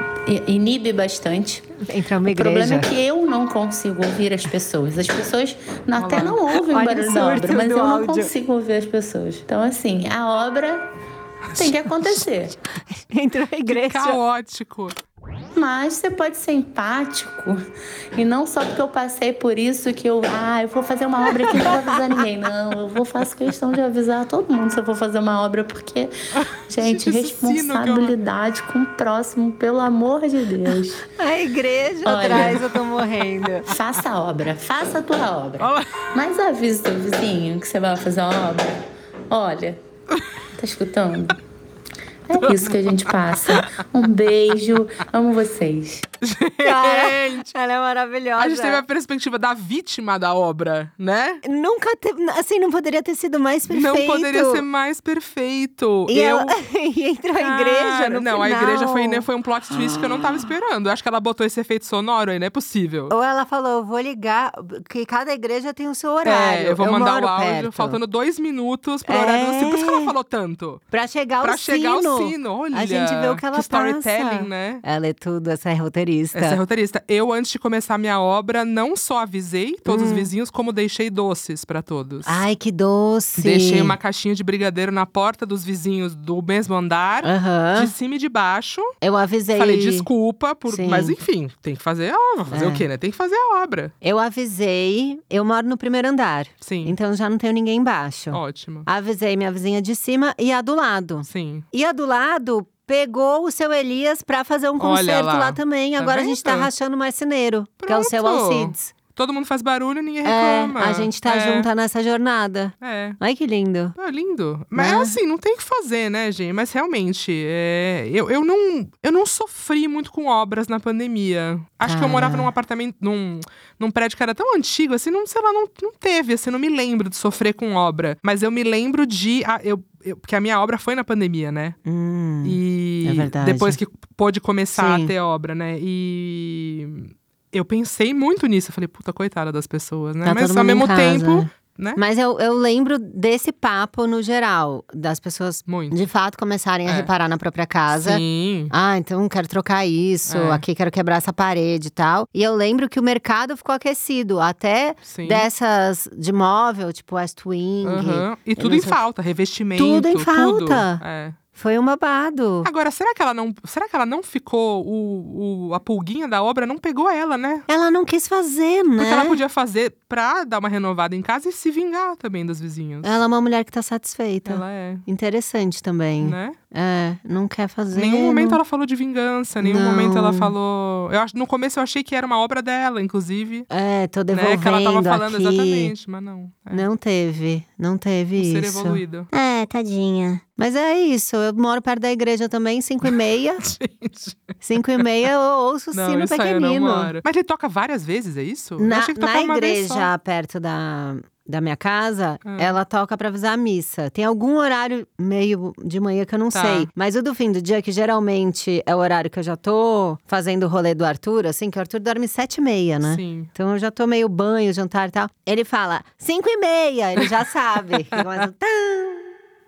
[SPEAKER 5] inibe bastante.
[SPEAKER 1] Entra uma
[SPEAKER 5] O problema é
[SPEAKER 1] igreja.
[SPEAKER 5] que eu não consigo ouvir as pessoas. As pessoas até não ouvem
[SPEAKER 1] Olha
[SPEAKER 5] o
[SPEAKER 1] o
[SPEAKER 5] barulho da
[SPEAKER 1] surto
[SPEAKER 5] obra, mas
[SPEAKER 1] do
[SPEAKER 5] eu não
[SPEAKER 1] áudio.
[SPEAKER 5] consigo ouvir as pessoas. Então, assim, a obra tem que acontecer.
[SPEAKER 1] Entra uma igreja.
[SPEAKER 2] Caótico.
[SPEAKER 5] Mas você pode ser empático e não só porque eu passei por isso que eu, ah, eu vou fazer uma obra que não vou avisar ninguém, não. Eu vou faço questão de avisar todo mundo se eu vou fazer uma obra porque,
[SPEAKER 2] Gente,
[SPEAKER 5] gente,
[SPEAKER 2] esse sino que eu-
[SPEAKER 5] responsabilidade com o próximo, pelo amor de Deus.
[SPEAKER 1] A igreja
[SPEAKER 5] Olha.
[SPEAKER 1] atrás, eu tô morrendo.
[SPEAKER 5] Faça a obra, faça a tua obra.
[SPEAKER 2] Olha lá.
[SPEAKER 5] Mas avisa teu vizinho que você vai fazer uma obra. Olha, tá escutando? É isso que a gente passa. Um beijo, amo vocês.
[SPEAKER 1] Cara,
[SPEAKER 2] Gente,
[SPEAKER 1] ela é maravilhosa.
[SPEAKER 2] a gente teve a perspectiva da vítima da obra, né?
[SPEAKER 1] Nunca teve. Assim, não poderia ter sido mais perfeito.
[SPEAKER 2] Não poderia ser mais perfeito.
[SPEAKER 1] E,
[SPEAKER 2] eu.
[SPEAKER 1] ela... e entra a igreja
[SPEAKER 2] Cara,
[SPEAKER 1] no
[SPEAKER 2] Não, a
[SPEAKER 1] final. Ah.
[SPEAKER 2] igreja foi, né, foi um plot twist que eu não tava esperando. Acho que ela botou esse efeito sonoro aí, não é possível.
[SPEAKER 1] Ou ela falou, vou ligar, que cada igreja tem o seu horário.
[SPEAKER 2] É, eu vou mandar
[SPEAKER 1] moro
[SPEAKER 2] o áudio,
[SPEAKER 1] perto.
[SPEAKER 2] faltando dois minutos pro horário do
[SPEAKER 1] É.
[SPEAKER 2] sino. Por isso que ela falou tanto.
[SPEAKER 1] Pra chegar
[SPEAKER 2] pra
[SPEAKER 1] ao
[SPEAKER 2] chegar
[SPEAKER 1] sino.
[SPEAKER 2] ao sino, olha.
[SPEAKER 1] A gente vê o que ela
[SPEAKER 2] storytelling,
[SPEAKER 1] passa.
[SPEAKER 2] né?
[SPEAKER 1] Ela é tudo, essa é roteirista.
[SPEAKER 2] Essa é roteirista. Eu, antes de começar minha obra, não só avisei todos
[SPEAKER 1] Hum.
[SPEAKER 2] os vizinhos, como deixei doces pra todos.
[SPEAKER 1] Ai, que doce.
[SPEAKER 2] Deixei uma caixinha de brigadeiro na porta dos vizinhos do mesmo andar,
[SPEAKER 1] Aham.
[SPEAKER 2] de cima e de baixo.
[SPEAKER 1] Eu avisei.
[SPEAKER 2] Falei, desculpa, por...
[SPEAKER 1] Sim.
[SPEAKER 2] mas enfim, tem que fazer a obra. Fazer
[SPEAKER 1] É.
[SPEAKER 2] o quê, né? Tem que fazer a obra.
[SPEAKER 1] Eu avisei. Eu moro no primeiro andar.
[SPEAKER 2] Sim.
[SPEAKER 1] Então já não tenho ninguém embaixo.
[SPEAKER 2] Ótimo.
[SPEAKER 1] Avisei minha vizinha de cima e a do lado.
[SPEAKER 2] Sim.
[SPEAKER 1] E a do lado pegou o seu Elias pra fazer um
[SPEAKER 2] Olha
[SPEAKER 1] concerto
[SPEAKER 2] lá.
[SPEAKER 1] lá. também.
[SPEAKER 2] Tá
[SPEAKER 1] Agora a gente tá
[SPEAKER 2] vendo?
[SPEAKER 1] rachando o marceneiro, que é o seu
[SPEAKER 2] Pronto.
[SPEAKER 1] Alcides.
[SPEAKER 2] Todo mundo faz barulho, ninguém
[SPEAKER 1] É,
[SPEAKER 2] reclama.
[SPEAKER 1] a gente tá
[SPEAKER 2] É,
[SPEAKER 1] junta nessa jornada.
[SPEAKER 2] É.
[SPEAKER 1] Ai, que lindo.
[SPEAKER 2] Ah, lindo. Mas
[SPEAKER 1] Né?
[SPEAKER 2] assim, não tem o que fazer, né, gente? Mas realmente, é, eu, eu, não, eu não sofri muito com obras na pandemia. Acho que eu
[SPEAKER 1] Tá.
[SPEAKER 2] morava num apartamento, num, num prédio que era tão antigo, assim, não, sei lá, não, não teve, assim, não me lembro de sofrer com obra. Mas eu me lembro de. ah, eu, eu- porque a minha obra foi na pandemia, né?
[SPEAKER 1] Hum.
[SPEAKER 2] E
[SPEAKER 1] é verdade.
[SPEAKER 2] depois que pôde começar
[SPEAKER 1] Sim.
[SPEAKER 2] a ter obra, né? E eu pensei muito nisso. Eu falei, puta, coitada das pessoas, né?
[SPEAKER 1] Tá
[SPEAKER 2] Mas
[SPEAKER 1] todo
[SPEAKER 2] ao
[SPEAKER 1] mundo em
[SPEAKER 2] mesmo
[SPEAKER 1] casa.
[SPEAKER 2] tempo, né?
[SPEAKER 1] Mas eu, eu lembro desse papo no geral, das pessoas
[SPEAKER 2] Muito.
[SPEAKER 1] de fato começarem a
[SPEAKER 2] É.
[SPEAKER 1] reparar na própria casa.
[SPEAKER 2] Sim.
[SPEAKER 1] Ah, então quero trocar isso,
[SPEAKER 2] É.
[SPEAKER 1] aqui quero quebrar essa parede e tal. E eu lembro que o mercado ficou aquecido, até
[SPEAKER 2] Sim.
[SPEAKER 1] dessas de móvel, tipo West Wing.
[SPEAKER 2] Aham. E tudo
[SPEAKER 1] não
[SPEAKER 2] em
[SPEAKER 1] sei-
[SPEAKER 2] falta, revestimento.
[SPEAKER 1] Tudo em falta.
[SPEAKER 2] É.
[SPEAKER 1] Foi um babado.
[SPEAKER 2] Agora, será que ela não. é? Será que ela não ficou. O, o- a pulguinha da obra não pegou ela, né?
[SPEAKER 1] Ela não quis fazer, né?
[SPEAKER 2] Porque ela podia fazer pra dar uma renovada em casa e se vingar também dos vizinhos.
[SPEAKER 1] Ela é uma mulher que tá satisfeita.
[SPEAKER 2] Ela é.
[SPEAKER 1] Interessante também.
[SPEAKER 2] Né?
[SPEAKER 1] É, não quer fazer.
[SPEAKER 2] Em nenhum momento
[SPEAKER 1] não-
[SPEAKER 2] ela falou de vingança, em nenhum
[SPEAKER 1] Não.
[SPEAKER 2] momento ela falou. Eu acho, no começo eu achei que era uma obra dela, inclusive.
[SPEAKER 1] É, tô
[SPEAKER 2] Né?
[SPEAKER 1] devolvendo
[SPEAKER 2] Que ela tava falando
[SPEAKER 1] aqui.
[SPEAKER 2] exatamente, mas não. É.
[SPEAKER 1] Não teve, não teve
[SPEAKER 2] Um ser
[SPEAKER 1] isso.
[SPEAKER 2] evoluído.
[SPEAKER 1] É, tadinha. Mas é isso, eu moro perto da igreja também, 5 e meia.
[SPEAKER 2] Gente.
[SPEAKER 1] 5 e meia eu ouço o
[SPEAKER 2] Não,
[SPEAKER 1] sino
[SPEAKER 2] isso aí eu não
[SPEAKER 1] pequenino.
[SPEAKER 2] moro. Mas ele toca várias vezes, é isso? Eu
[SPEAKER 1] Na,
[SPEAKER 2] achei que
[SPEAKER 1] na
[SPEAKER 2] tocava uma vez só.
[SPEAKER 1] igreja perto da, da minha casa,
[SPEAKER 2] Ah.
[SPEAKER 1] ela toca pra avisar a missa. Tem algum horário meio de manhã que eu não
[SPEAKER 2] Tá.
[SPEAKER 1] sei. Mas o do fim do dia, que geralmente é o horário que eu já tô fazendo o rolê do Arthur, assim, que o Arthur dorme sete e meia, né?
[SPEAKER 2] Sim.
[SPEAKER 1] Então eu já tomei o banho, jantar e tal. Ele fala, cinco e meia, ele já sabe. Ele começa, tá,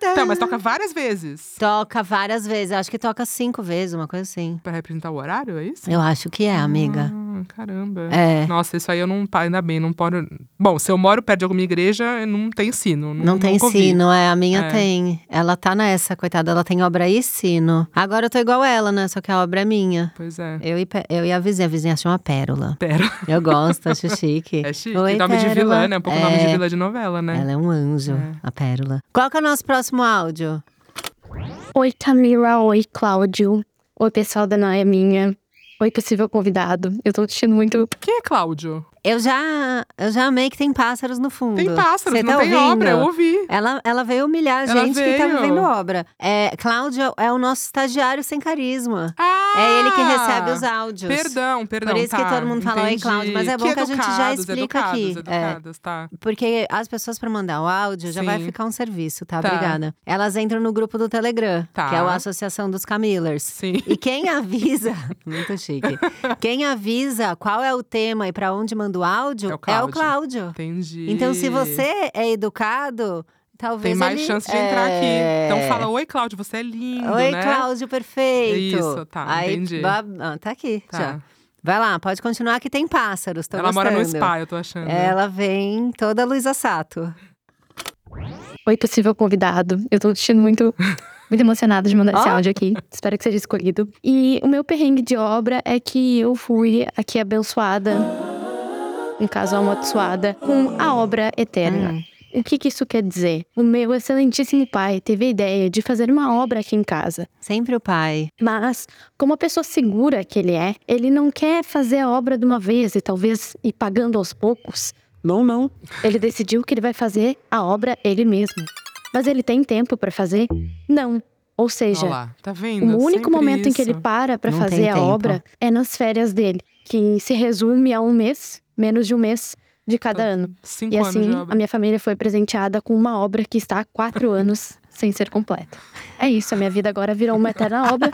[SPEAKER 1] tá.
[SPEAKER 2] Então, mas toca várias vezes.
[SPEAKER 1] Toca várias vezes, eu acho que toca cinco vezes, uma coisa assim.
[SPEAKER 2] Pra representar o horário, é isso?
[SPEAKER 1] Eu acho que é, amiga.
[SPEAKER 2] Ah, caramba.
[SPEAKER 1] É.
[SPEAKER 2] Nossa, isso aí eu não. pa- Ainda bem, não posso. Bom, se eu moro perto de alguma igreja, não tem sino.
[SPEAKER 1] Não tem
[SPEAKER 2] nunca ouvi.
[SPEAKER 1] sino, é. A minha
[SPEAKER 2] É.
[SPEAKER 1] tem. Ela tá nessa, coitada. Ela tem obra e sino. Agora eu tô igual ela, né? Só que a obra é minha.
[SPEAKER 2] Pois é.
[SPEAKER 1] Eu e, pe- eu e a vizinha. A vizinha chama Pérola.
[SPEAKER 2] Pera.
[SPEAKER 1] Eu gosto, acho chique.
[SPEAKER 2] É chique.
[SPEAKER 1] Oi,
[SPEAKER 2] nome de
[SPEAKER 1] Pérola.
[SPEAKER 2] vilã, né? Um pouco nome de
[SPEAKER 1] É.
[SPEAKER 2] vilã de novela, né?
[SPEAKER 1] Ela é um anjo,
[SPEAKER 2] É.
[SPEAKER 1] a Pérola. Qual que é o nosso próximo áudio?
[SPEAKER 7] Oi, Tamira. Oi, Cláudio. Oi, pessoal da Noia Minha. Oi, possível convidado. Eu tô assistindo muito.
[SPEAKER 2] Quem é Cláudio?
[SPEAKER 1] Eu já, eu já amei que tem pássaros no fundo.
[SPEAKER 2] Tem pássaros,
[SPEAKER 1] Cê
[SPEAKER 2] não
[SPEAKER 1] tá
[SPEAKER 2] tem
[SPEAKER 1] ouvindo?
[SPEAKER 2] obra, eu ouvi.
[SPEAKER 1] Ela, ela veio humilhar a
[SPEAKER 2] Ela
[SPEAKER 1] gente que tá
[SPEAKER 2] veio.
[SPEAKER 1] vivendo obra. É, Cláudio é o nosso estagiário sem carisma.
[SPEAKER 2] Ah!
[SPEAKER 1] É ele que recebe os áudios.
[SPEAKER 2] Perdão, perdão.
[SPEAKER 1] Por isso que
[SPEAKER 2] tá,
[SPEAKER 1] todo mundo fala, "Oi,
[SPEAKER 2] entendi.
[SPEAKER 1] Cláudio", mas é bom que a gente já
[SPEAKER 2] educados,
[SPEAKER 1] explica
[SPEAKER 2] educados,
[SPEAKER 1] aqui. É.
[SPEAKER 2] Educados, tá.
[SPEAKER 1] Porque as pessoas, pra mandar o áudio, já
[SPEAKER 2] Sim.
[SPEAKER 1] vai ficar um serviço, tá?
[SPEAKER 2] Tá.
[SPEAKER 1] Obrigada. Elas entram no grupo do Telegram,
[SPEAKER 2] Tá.
[SPEAKER 1] que é a Associação dos Camillers.
[SPEAKER 2] Sim.
[SPEAKER 1] E quem avisa, muito chique, quem avisa qual é o tema e pra onde manda o áudio
[SPEAKER 2] É o
[SPEAKER 1] é o
[SPEAKER 2] Cláudio.
[SPEAKER 1] Cláudio.
[SPEAKER 2] Entendi.
[SPEAKER 1] Então, se você é educado, talvez
[SPEAKER 2] Tem mais
[SPEAKER 1] ele-
[SPEAKER 2] chance de entrar
[SPEAKER 1] É.
[SPEAKER 2] aqui. Então fala, oi, Cláudio, você é lindo,
[SPEAKER 1] Oi,
[SPEAKER 2] né?
[SPEAKER 1] Cláudio, perfeito.
[SPEAKER 2] Isso, tá,
[SPEAKER 1] Aí,
[SPEAKER 2] entendi.
[SPEAKER 1] ba- ah, tá aqui,
[SPEAKER 2] Tá.
[SPEAKER 1] já. Vai lá, pode continuar que tem pássaros, tô
[SPEAKER 2] Ela mora no
[SPEAKER 1] gostando.
[SPEAKER 2] spa, eu tô achando.
[SPEAKER 1] Ela vem toda Luísa Sato.
[SPEAKER 7] Oi, possível convidado. Eu tô assistindo muito. Muito emocionada de mandar esse
[SPEAKER 1] Ó.
[SPEAKER 7] áudio aqui. Espero que seja escolhido. E o meu perrengue de obra é que eu fui aqui abençoada, no caso, um amaldiçoada, com a obra eterna. O que, que isso quer dizer? O meu excelentíssimo pai teve a ideia de fazer uma obra aqui em casa.
[SPEAKER 1] Sempre o pai.
[SPEAKER 7] Mas, como a pessoa segura que ele é, ele não quer fazer a obra de uma vez e talvez ir pagando aos poucos. Não, não. Ele decidiu que ele vai fazer a obra ele mesmo. Mas ele tem tempo para fazer? Não. Ou
[SPEAKER 2] Olha
[SPEAKER 7] seja,
[SPEAKER 2] lá, tá
[SPEAKER 7] o
[SPEAKER 2] vendo?
[SPEAKER 7] único
[SPEAKER 2] Sempre
[SPEAKER 7] momento em que
[SPEAKER 2] isso.
[SPEAKER 7] ele para para
[SPEAKER 1] Não
[SPEAKER 7] fazer
[SPEAKER 1] tem
[SPEAKER 7] a
[SPEAKER 1] tempo.
[SPEAKER 7] obra é nas férias dele, que se resume a um mês, menos de um mês de cada
[SPEAKER 2] Tá
[SPEAKER 7] ano.
[SPEAKER 2] Cinco
[SPEAKER 7] E
[SPEAKER 2] anos
[SPEAKER 7] assim,
[SPEAKER 2] de
[SPEAKER 7] a
[SPEAKER 2] obra.
[SPEAKER 7] minha família foi presenteada com uma obra que está há quatro anos sem ser completa. É isso, a minha vida agora virou uma eterna obra.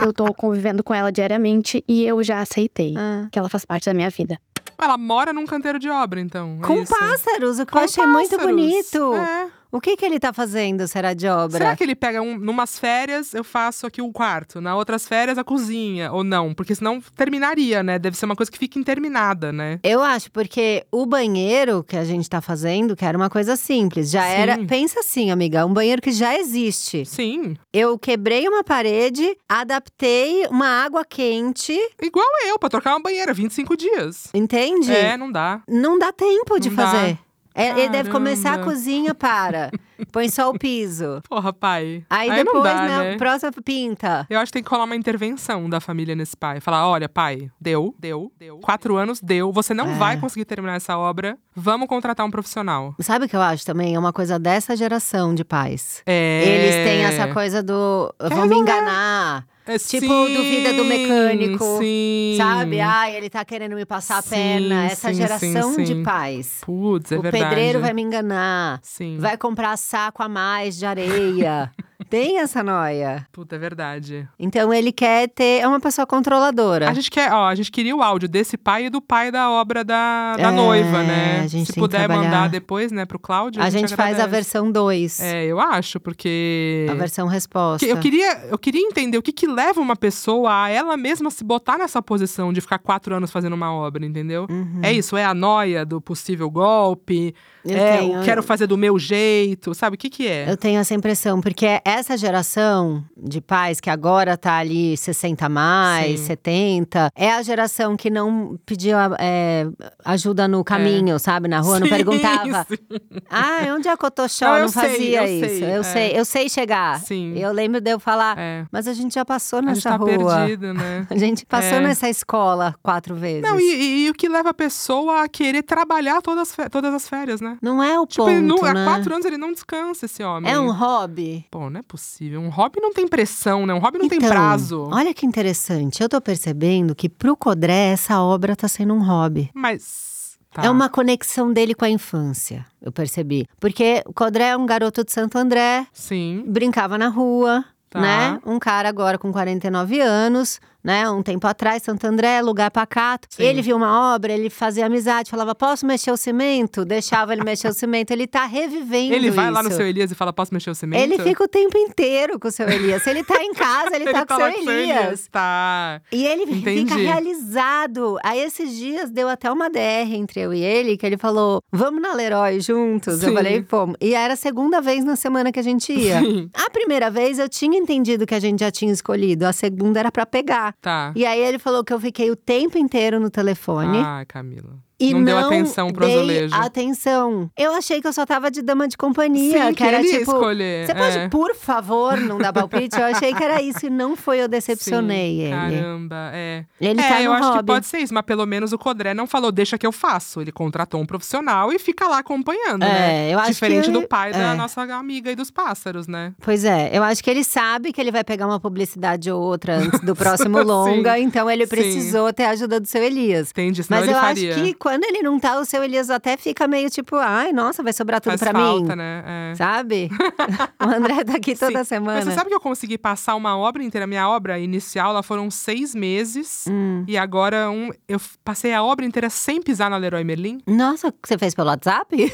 [SPEAKER 7] Eu tô convivendo com ela diariamente e eu já aceitei
[SPEAKER 1] Ah.
[SPEAKER 7] que ela faz parte da minha vida.
[SPEAKER 2] Ela mora num canteiro de obra, então. é
[SPEAKER 1] Com
[SPEAKER 2] isso.
[SPEAKER 1] pássaros, o que
[SPEAKER 2] Com
[SPEAKER 1] eu achei muito
[SPEAKER 2] pássaros.
[SPEAKER 1] bonito.
[SPEAKER 2] É.
[SPEAKER 1] O que, que ele tá fazendo, será de obra?
[SPEAKER 2] Será que ele pega um, numas férias, eu faço aqui o quarto, na outras férias a cozinha, ou não? Porque senão terminaria, né? Deve ser uma coisa que fica interminada, né?
[SPEAKER 1] Eu acho, porque o banheiro que a gente tá fazendo, que era uma coisa simples, já era.
[SPEAKER 2] Sim.
[SPEAKER 1] Pensa assim, amiga, um banheiro que já existe.
[SPEAKER 2] Sim.
[SPEAKER 1] Eu quebrei uma parede, adaptei uma água quente,
[SPEAKER 2] Igual eu, pra trocar uma banheira, 25 dias.
[SPEAKER 1] entende?
[SPEAKER 2] É, não dá.
[SPEAKER 1] Não dá tempo de
[SPEAKER 2] Não dá.
[SPEAKER 1] fazer. É, ele deve começar a
[SPEAKER 2] Caramba.
[SPEAKER 1] cozinha, para. Põe só o piso.
[SPEAKER 2] Porra, pai.
[SPEAKER 1] Aí,
[SPEAKER 2] não
[SPEAKER 1] depois,
[SPEAKER 2] dá,
[SPEAKER 1] né,
[SPEAKER 2] né?
[SPEAKER 1] próxima pinta.
[SPEAKER 2] Eu acho que tem que colar uma intervenção da família nesse pai. Falar: olha, pai, deu, deu, deu. Quatro anos deu. Você não
[SPEAKER 1] É.
[SPEAKER 2] vai conseguir terminar essa obra. Vamos contratar um profissional.
[SPEAKER 1] Sabe o que eu acho também? É uma coisa dessa geração de pais.
[SPEAKER 2] É...
[SPEAKER 1] Eles têm essa coisa do vão me enganar,
[SPEAKER 2] É,
[SPEAKER 1] tipo o do Vida do Mecânico,
[SPEAKER 2] Sim.
[SPEAKER 1] sabe? Ah, ele tá querendo me passar a
[SPEAKER 2] Sim,
[SPEAKER 1] perna. Essa
[SPEAKER 2] sim,
[SPEAKER 1] geração
[SPEAKER 2] sim,
[SPEAKER 1] de
[SPEAKER 2] sim.
[SPEAKER 1] pais.
[SPEAKER 2] Putz, é
[SPEAKER 1] o
[SPEAKER 2] verdade.
[SPEAKER 1] pedreiro vai me enganar,
[SPEAKER 2] Sim.
[SPEAKER 1] vai comprar saco a mais de areia. Tem essa noia.
[SPEAKER 2] Puta, é verdade.
[SPEAKER 1] Então ele quer ter. É uma pessoa controladora.
[SPEAKER 2] A gente quer, ó, a gente queria o áudio desse pai e do pai da obra da, da
[SPEAKER 1] É,
[SPEAKER 2] noiva, né?
[SPEAKER 1] a gente
[SPEAKER 2] Se
[SPEAKER 1] tem que
[SPEAKER 2] puder mandar
[SPEAKER 1] trabalhar.
[SPEAKER 2] depois, né, pro Cláudio.
[SPEAKER 1] A gente faz a
[SPEAKER 2] agradece.
[SPEAKER 1] versão 2.
[SPEAKER 2] É, eu acho, porque.
[SPEAKER 1] A versão resposta.
[SPEAKER 2] Que Eu queria, eu queria entender o que, que leva uma pessoa a ela mesma se botar nessa posição de ficar quatro anos fazendo uma obra, entendeu?
[SPEAKER 1] Uhum.
[SPEAKER 2] É isso, é a noia do possível golpe,
[SPEAKER 1] Eu
[SPEAKER 2] é
[SPEAKER 1] tenho-
[SPEAKER 2] o quero fazer do meu jeito, sabe? O que que é?
[SPEAKER 1] Eu tenho essa impressão, porque é essa geração de pais que agora tá ali 60 a mais,
[SPEAKER 2] Sim.
[SPEAKER 1] 70, é a geração que não pedia é, ajuda no caminho, sabe? Na rua, não
[SPEAKER 2] É. Sim,
[SPEAKER 1] perguntava.
[SPEAKER 2] sim.
[SPEAKER 1] Ah, onde é Cotoxó?
[SPEAKER 2] Não,
[SPEAKER 1] Não,
[SPEAKER 2] eu sei,
[SPEAKER 1] fazia
[SPEAKER 2] eu
[SPEAKER 1] isso.
[SPEAKER 2] sei,
[SPEAKER 1] eu
[SPEAKER 2] é.
[SPEAKER 1] sei, eu sei chegar.
[SPEAKER 2] Sim.
[SPEAKER 1] Eu lembro de eu falar,
[SPEAKER 2] É.
[SPEAKER 1] mas a gente já passou
[SPEAKER 2] A gente
[SPEAKER 1] nessa
[SPEAKER 2] tá
[SPEAKER 1] rua.
[SPEAKER 2] perdido, né?
[SPEAKER 1] A gente passou
[SPEAKER 2] É.
[SPEAKER 1] nessa escola quatro vezes.
[SPEAKER 2] Não, e, e- e o que leva a pessoa a querer trabalhar todas, as fe- todas as férias, né?
[SPEAKER 1] Não é o
[SPEAKER 2] Tipo,
[SPEAKER 1] ponto,
[SPEAKER 2] ele não- há
[SPEAKER 1] né?
[SPEAKER 2] quatro anos ele não descansa, esse homem.
[SPEAKER 1] É um hobby.
[SPEAKER 2] Pô, não é possível. Um hobby não tem pressão, né? Um hobby não tem
[SPEAKER 1] Então,
[SPEAKER 2] prazo.
[SPEAKER 1] Olha que interessante. Eu tô percebendo que pro Codré essa obra tá sendo um hobby.
[SPEAKER 2] Mas. tá.
[SPEAKER 1] É uma conexão dele com a infância, eu percebi. Porque o Codré é um garoto de Santo André,
[SPEAKER 2] Sim.
[SPEAKER 1] brincava na rua,
[SPEAKER 2] Tá.
[SPEAKER 1] né? Um cara agora com 49 anos, né? Um tempo atrás, Santo André, lugar pacato.
[SPEAKER 2] Sim.
[SPEAKER 1] Ele viu uma obra, ele fazia amizade, falava: "Posso mexer o cimento?" Deixava ele mexer o cimento. Ele tá revivendo
[SPEAKER 2] Ele vai lá no
[SPEAKER 1] isso.
[SPEAKER 2] seu Elias e fala: posso mexer o cimento?
[SPEAKER 1] Ele fica o tempo inteiro com o seu Elias. Se ele tá em casa, ele, tá, com o
[SPEAKER 2] lá
[SPEAKER 1] seu Elias.
[SPEAKER 2] Tá.
[SPEAKER 1] E ele fica
[SPEAKER 2] Entendi.
[SPEAKER 1] realizado. Aí esses dias deu até uma DR entre eu e ele, que ele falou: vamos na Leroy juntos? Eu
[SPEAKER 2] Sim.
[SPEAKER 1] falei, fomos. E era a segunda vez na semana que a gente ia.
[SPEAKER 2] Sim.
[SPEAKER 1] A primeira vez eu tinha entendido que a gente já tinha escolhido, a segunda era pra pegar.
[SPEAKER 2] Tá.
[SPEAKER 1] E aí ele falou que eu fiquei o tempo inteiro no telefone
[SPEAKER 2] Ah, Camila.
[SPEAKER 1] e
[SPEAKER 2] não
[SPEAKER 1] não,
[SPEAKER 2] deu atenção pro
[SPEAKER 1] dei
[SPEAKER 2] azulejo.
[SPEAKER 1] atenção. Eu achei que eu só tava de dama de companhia,
[SPEAKER 2] Sim,
[SPEAKER 1] que era
[SPEAKER 2] ele ia
[SPEAKER 1] tipo,
[SPEAKER 2] escolher.
[SPEAKER 1] você pode,
[SPEAKER 2] é.
[SPEAKER 1] por favor, não dar palpite? Eu achei que era isso e não foi, eu decepcionei
[SPEAKER 2] Sim,
[SPEAKER 1] ele.
[SPEAKER 2] Caramba, é.
[SPEAKER 1] Ele
[SPEAKER 2] é,
[SPEAKER 1] tá no
[SPEAKER 2] eu acho que
[SPEAKER 1] hobby.
[SPEAKER 2] pode ser isso, mas pelo menos o Codré não falou, deixa que eu faço. Ele contratou um profissional e fica lá acompanhando, né?
[SPEAKER 1] É, eu acho
[SPEAKER 2] Diferente
[SPEAKER 1] que-
[SPEAKER 2] do pai da
[SPEAKER 1] é.
[SPEAKER 2] nossa amiga e dos pássaros, né?
[SPEAKER 1] Pois é, eu acho que ele sabe que ele vai pegar uma publicidade ou outra antes do próximo
[SPEAKER 2] Sim,
[SPEAKER 1] longa, então ele
[SPEAKER 2] sim.
[SPEAKER 1] precisou ter a ajuda do seu Elias.
[SPEAKER 2] Entende? Senão
[SPEAKER 1] Mas
[SPEAKER 2] ele
[SPEAKER 1] eu
[SPEAKER 2] faria.
[SPEAKER 1] acho que quando ele não tá, o seu Elias até fica meio tipo, ai, nossa, vai sobrar tudo
[SPEAKER 2] Faz
[SPEAKER 1] pra
[SPEAKER 2] falta,
[SPEAKER 1] mim.
[SPEAKER 2] né? É.
[SPEAKER 1] Sabe? o André tá aqui toda semana.
[SPEAKER 2] Mas você sabe que eu consegui passar uma obra inteira? Minha obra inicial, ela foram seis meses.
[SPEAKER 1] Hum.
[SPEAKER 2] E agora um, eu f- passei a obra inteira sem pisar na Leroy Merlin.
[SPEAKER 1] Nossa, você fez pelo WhatsApp?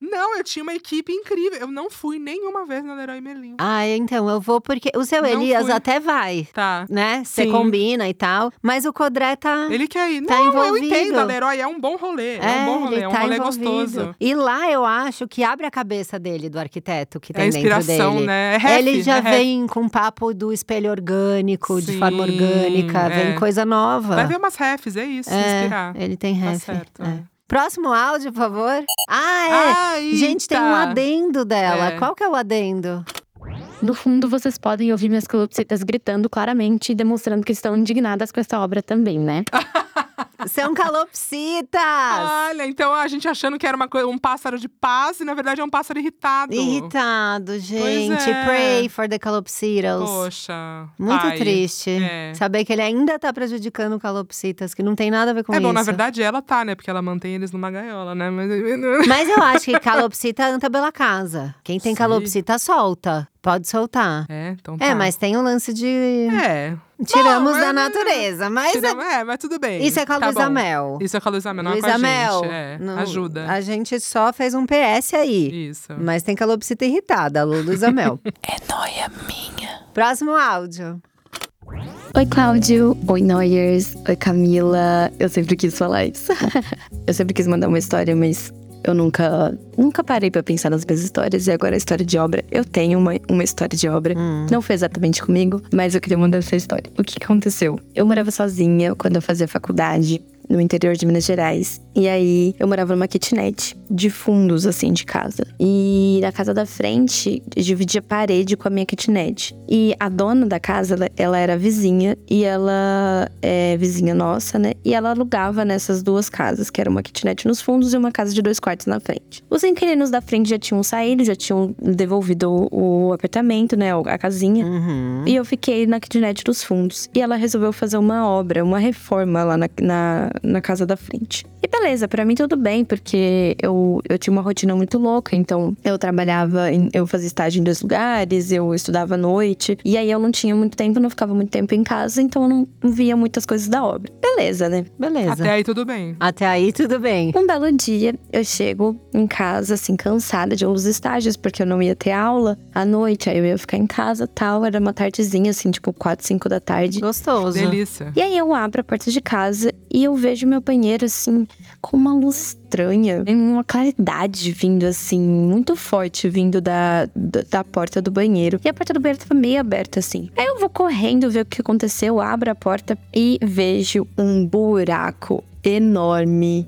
[SPEAKER 2] Não, eu tinha uma equipe incrível. Eu não fui nenhuma vez na Leroy Merlin.
[SPEAKER 1] ah, então eu vou porque o seu
[SPEAKER 2] Não
[SPEAKER 1] Elias
[SPEAKER 2] fui.
[SPEAKER 1] até vai,
[SPEAKER 2] Tá.
[SPEAKER 1] né? Você
[SPEAKER 2] Sim.
[SPEAKER 1] combina e tal, mas o Codré tá
[SPEAKER 2] Ele quer ir.
[SPEAKER 1] Tá
[SPEAKER 2] não,
[SPEAKER 1] envolvido.
[SPEAKER 2] eu entendo. A Leroy é um bom rolê. É, um bom rolê,
[SPEAKER 1] ele
[SPEAKER 2] é um
[SPEAKER 1] tá
[SPEAKER 2] rolê
[SPEAKER 1] envolvido.
[SPEAKER 2] gostoso.
[SPEAKER 1] E lá eu acho que abre a cabeça dele, do arquiteto que
[SPEAKER 2] É
[SPEAKER 1] tem
[SPEAKER 2] a
[SPEAKER 1] dentro
[SPEAKER 2] inspiração,
[SPEAKER 1] dele.
[SPEAKER 2] né? É ref,
[SPEAKER 1] ele já
[SPEAKER 2] é ref.
[SPEAKER 1] vem com um papo do espelho orgânico, de forma
[SPEAKER 2] Sim,
[SPEAKER 1] orgânica, vem
[SPEAKER 2] é.
[SPEAKER 1] coisa nova.
[SPEAKER 2] Vai ver umas refs, é isso. se
[SPEAKER 1] É,
[SPEAKER 2] inspirar.
[SPEAKER 1] Ele tem
[SPEAKER 2] Tá
[SPEAKER 1] ref.
[SPEAKER 2] certo.
[SPEAKER 1] é. Próximo áudio, por favor. Ah, é!
[SPEAKER 2] Ai,
[SPEAKER 1] Gente, tem um
[SPEAKER 2] tá.
[SPEAKER 1] adendo dela.
[SPEAKER 2] É.
[SPEAKER 1] Qual que é o adendo?
[SPEAKER 4] No fundo, vocês podem ouvir minhas calopsitas gritando claramente e demonstrando que estão indignadas com essa obra também,
[SPEAKER 2] Ah,
[SPEAKER 4] né?
[SPEAKER 1] São é um calopsitas!
[SPEAKER 2] Olha, então a gente achando que era uma coi- um pássaro de paz e na verdade é um pássaro irritado.
[SPEAKER 1] Irritado, gente.
[SPEAKER 2] é.
[SPEAKER 1] Pray for the calopsitas.
[SPEAKER 2] Poxa.
[SPEAKER 1] Muito
[SPEAKER 2] pai.
[SPEAKER 1] triste.
[SPEAKER 2] É.
[SPEAKER 1] Saber que ele ainda tá prejudicando calopsitas, que não tem nada a ver com
[SPEAKER 2] É
[SPEAKER 1] isso.
[SPEAKER 2] bom, na verdade ela tá, né? Porque ela mantém eles numa gaiola, né? Mas.
[SPEAKER 1] Mas eu acho que calopsita anda pela casa. Quem tem
[SPEAKER 2] Sim.
[SPEAKER 1] calopsita solta. Pode soltar.
[SPEAKER 2] É, então tá.
[SPEAKER 1] É, mas tem um lance de.
[SPEAKER 2] É.
[SPEAKER 1] Tiramos
[SPEAKER 2] Bom, é,
[SPEAKER 1] da
[SPEAKER 2] mas-
[SPEAKER 1] natureza, mas.
[SPEAKER 2] Tiramos- é, mas tudo bem.
[SPEAKER 1] Isso é com a
[SPEAKER 2] Tá
[SPEAKER 1] Luísa
[SPEAKER 2] bom.
[SPEAKER 1] Mel.
[SPEAKER 2] Isso é com a Luísa Mel, não é
[SPEAKER 1] Luísa
[SPEAKER 2] com a
[SPEAKER 1] Mel.
[SPEAKER 2] gente. É,
[SPEAKER 1] não-
[SPEAKER 2] ajuda.
[SPEAKER 1] A gente só fez um PS aí.
[SPEAKER 2] Isso.
[SPEAKER 1] Mas tem calopsita irritada, Lu- Luísa Mel. é noia minha. Próximo áudio.
[SPEAKER 4] Oi, Cláudio. Oi, Noyers. Oi, Camila. Eu sempre quis falar isso. eu sempre quis mandar uma história, mas eu nunca nunca parei pra pensar nas minhas histórias. E agora a história de obra. Eu tenho uma, uma história de obra.
[SPEAKER 1] Hum.
[SPEAKER 4] Não foi exatamente comigo, mas eu queria mandar essa história. O que aconteceu? Eu morava sozinha quando eu fazia faculdade. No interior de Minas Gerais. E aí, eu morava numa kitnet de fundos, assim, de casa. E na casa da frente, dividia parede com a minha kitnet. E a dona da casa, ela, ela era vizinha e ela é vizinha nossa, né? E ela alugava nessas duas casas, que era uma kitnet nos fundos e uma casa de dois quartos na frente. Os inquilinos da frente já tinham saído, já tinham devolvido o, o apartamento, né? A casinha.
[SPEAKER 1] Uhum.
[SPEAKER 4] E eu fiquei na kitnet dos fundos. E ela resolveu fazer uma obra, uma reforma lá na, na, na casa da frente. E beleza, pra mim tudo bem, porque eu, eu tinha uma rotina muito louca. Então, eu trabalhava, em- eu fazia estágio em dois lugares, eu estudava à noite. E aí eu não tinha muito tempo, não ficava muito tempo em casa, então eu não via muitas coisas da obra. Beleza, né?
[SPEAKER 1] Beleza.
[SPEAKER 2] Até aí tudo bem.
[SPEAKER 1] Até aí, tudo bem.
[SPEAKER 4] Um belo dia, eu chego em casa, assim, cansada de uns estágios, porque eu não ia ter aula à noite, aí eu ia ficar em casa tal. Era uma tardezinha, assim, tipo 4, 5 da tarde.
[SPEAKER 1] Gostoso.
[SPEAKER 2] Delícia.
[SPEAKER 4] E aí eu abro a porta de casa e eu vejo meu banheiro, assim, com uma luz estranha. Tem uma claridade vindo, assim, muito forte vindo da, da, da porta do banheiro. E a porta do banheiro tava meio aberta, assim. Aí eu vou correndo ver o que aconteceu, abro a porta e vejo um buraco enorme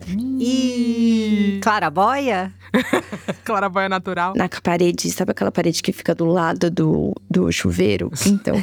[SPEAKER 1] E. Claraboia?
[SPEAKER 2] Claraboia é natural.
[SPEAKER 4] na parede, sabe aquela parede que fica do lado do, do chuveiro? Então.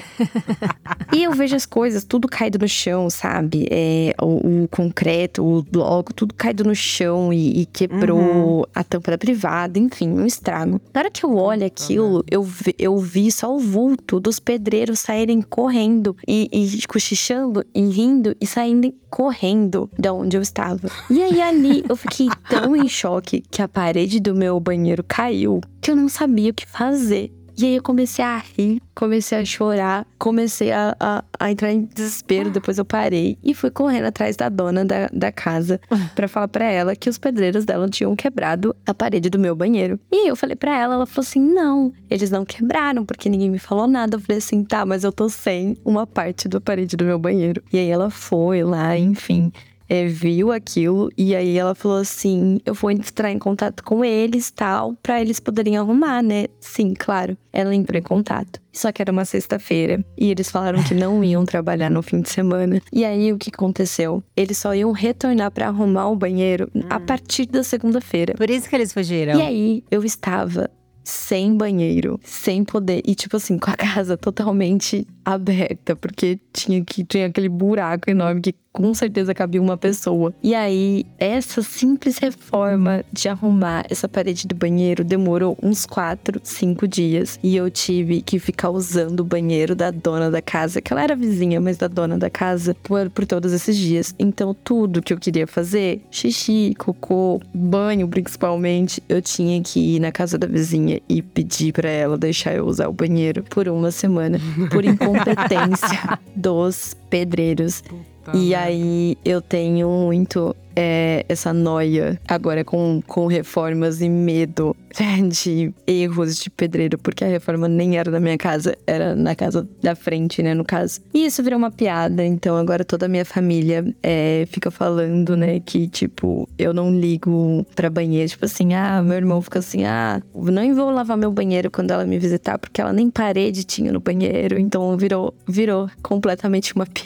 [SPEAKER 4] e eu vejo as coisas, tudo caído no chão, sabe? É, o, o concreto, o bloco, tudo caído no chão e, e quebrou a tampa da privada, enfim, um estrago. Na hora que eu olho aquilo, eu vi, eu vi só o vulto dos pedreiros saírem correndo e, e cochichando e rindo e saindo correndo de onde eu estava. E aí ali eu fiquei tão em choque que a parede do meu banheiro caiu que eu não sabia o que fazer. E aí eu comecei a rir, comecei a chorar, comecei a, a- a entrar em desespero. Depois eu parei e fui correndo atrás da dona da, da casa pra falar pra ela que os pedreiros dela tinham quebrado a parede do meu banheiro. E eu falei pra ela, ela falou assim: não, eles não quebraram, porque ninguém me falou nada. Eu falei assim, tá, mas eu tô sem uma parte da parede do meu banheiro. E aí ela foi lá, enfim é, viu aquilo e aí ela falou assim: eu vou entrar em contato com eles tal, pra eles poderem arrumar, né? Sim, claro. Ela entrou em contato. Só que era uma sexta-feira e eles falaram que não iam trabalhar no fim de semana. E aí o que aconteceu? Eles só iam retornar pra arrumar o banheiro a partir da segunda-feira.
[SPEAKER 1] Hum. Por isso que eles fugiram.
[SPEAKER 4] E aí eu estava sem banheiro, sem poder e tipo assim com a casa totalmente aberta porque tinha que tinha aquele buraco enorme que com certeza cabia uma pessoa. E aí essa simples reforma de arrumar essa parede do banheiro demorou uns quatro, cinco dias e eu tive que ficar usando o banheiro da dona da casa, que ela era vizinha, mas da dona da casa por, por todos esses dias. Então tudo que eu queria fazer, xixi, cocô, banho principalmente, eu tinha que ir na casa da vizinha e pedir pra ela deixar eu usar o banheiro por uma semana por incompetência dos pedreiros.
[SPEAKER 2] Puta
[SPEAKER 4] E
[SPEAKER 2] merda.
[SPEAKER 4] aí eu tenho muito é, essa noia agora com, com reformas e medo é, de erros de pedreiro, porque a reforma nem era da minha casa, era na casa da frente, né, no caso. E isso virou uma piada, então agora toda a minha família é, fica falando, né, que tipo, eu não ligo pra banheiro, tipo assim, ah, meu irmão fica assim, ah, não vou lavar meu banheiro quando ela me visitar, porque ela nem parede tinha no banheiro, então virou, virou completamente uma piada.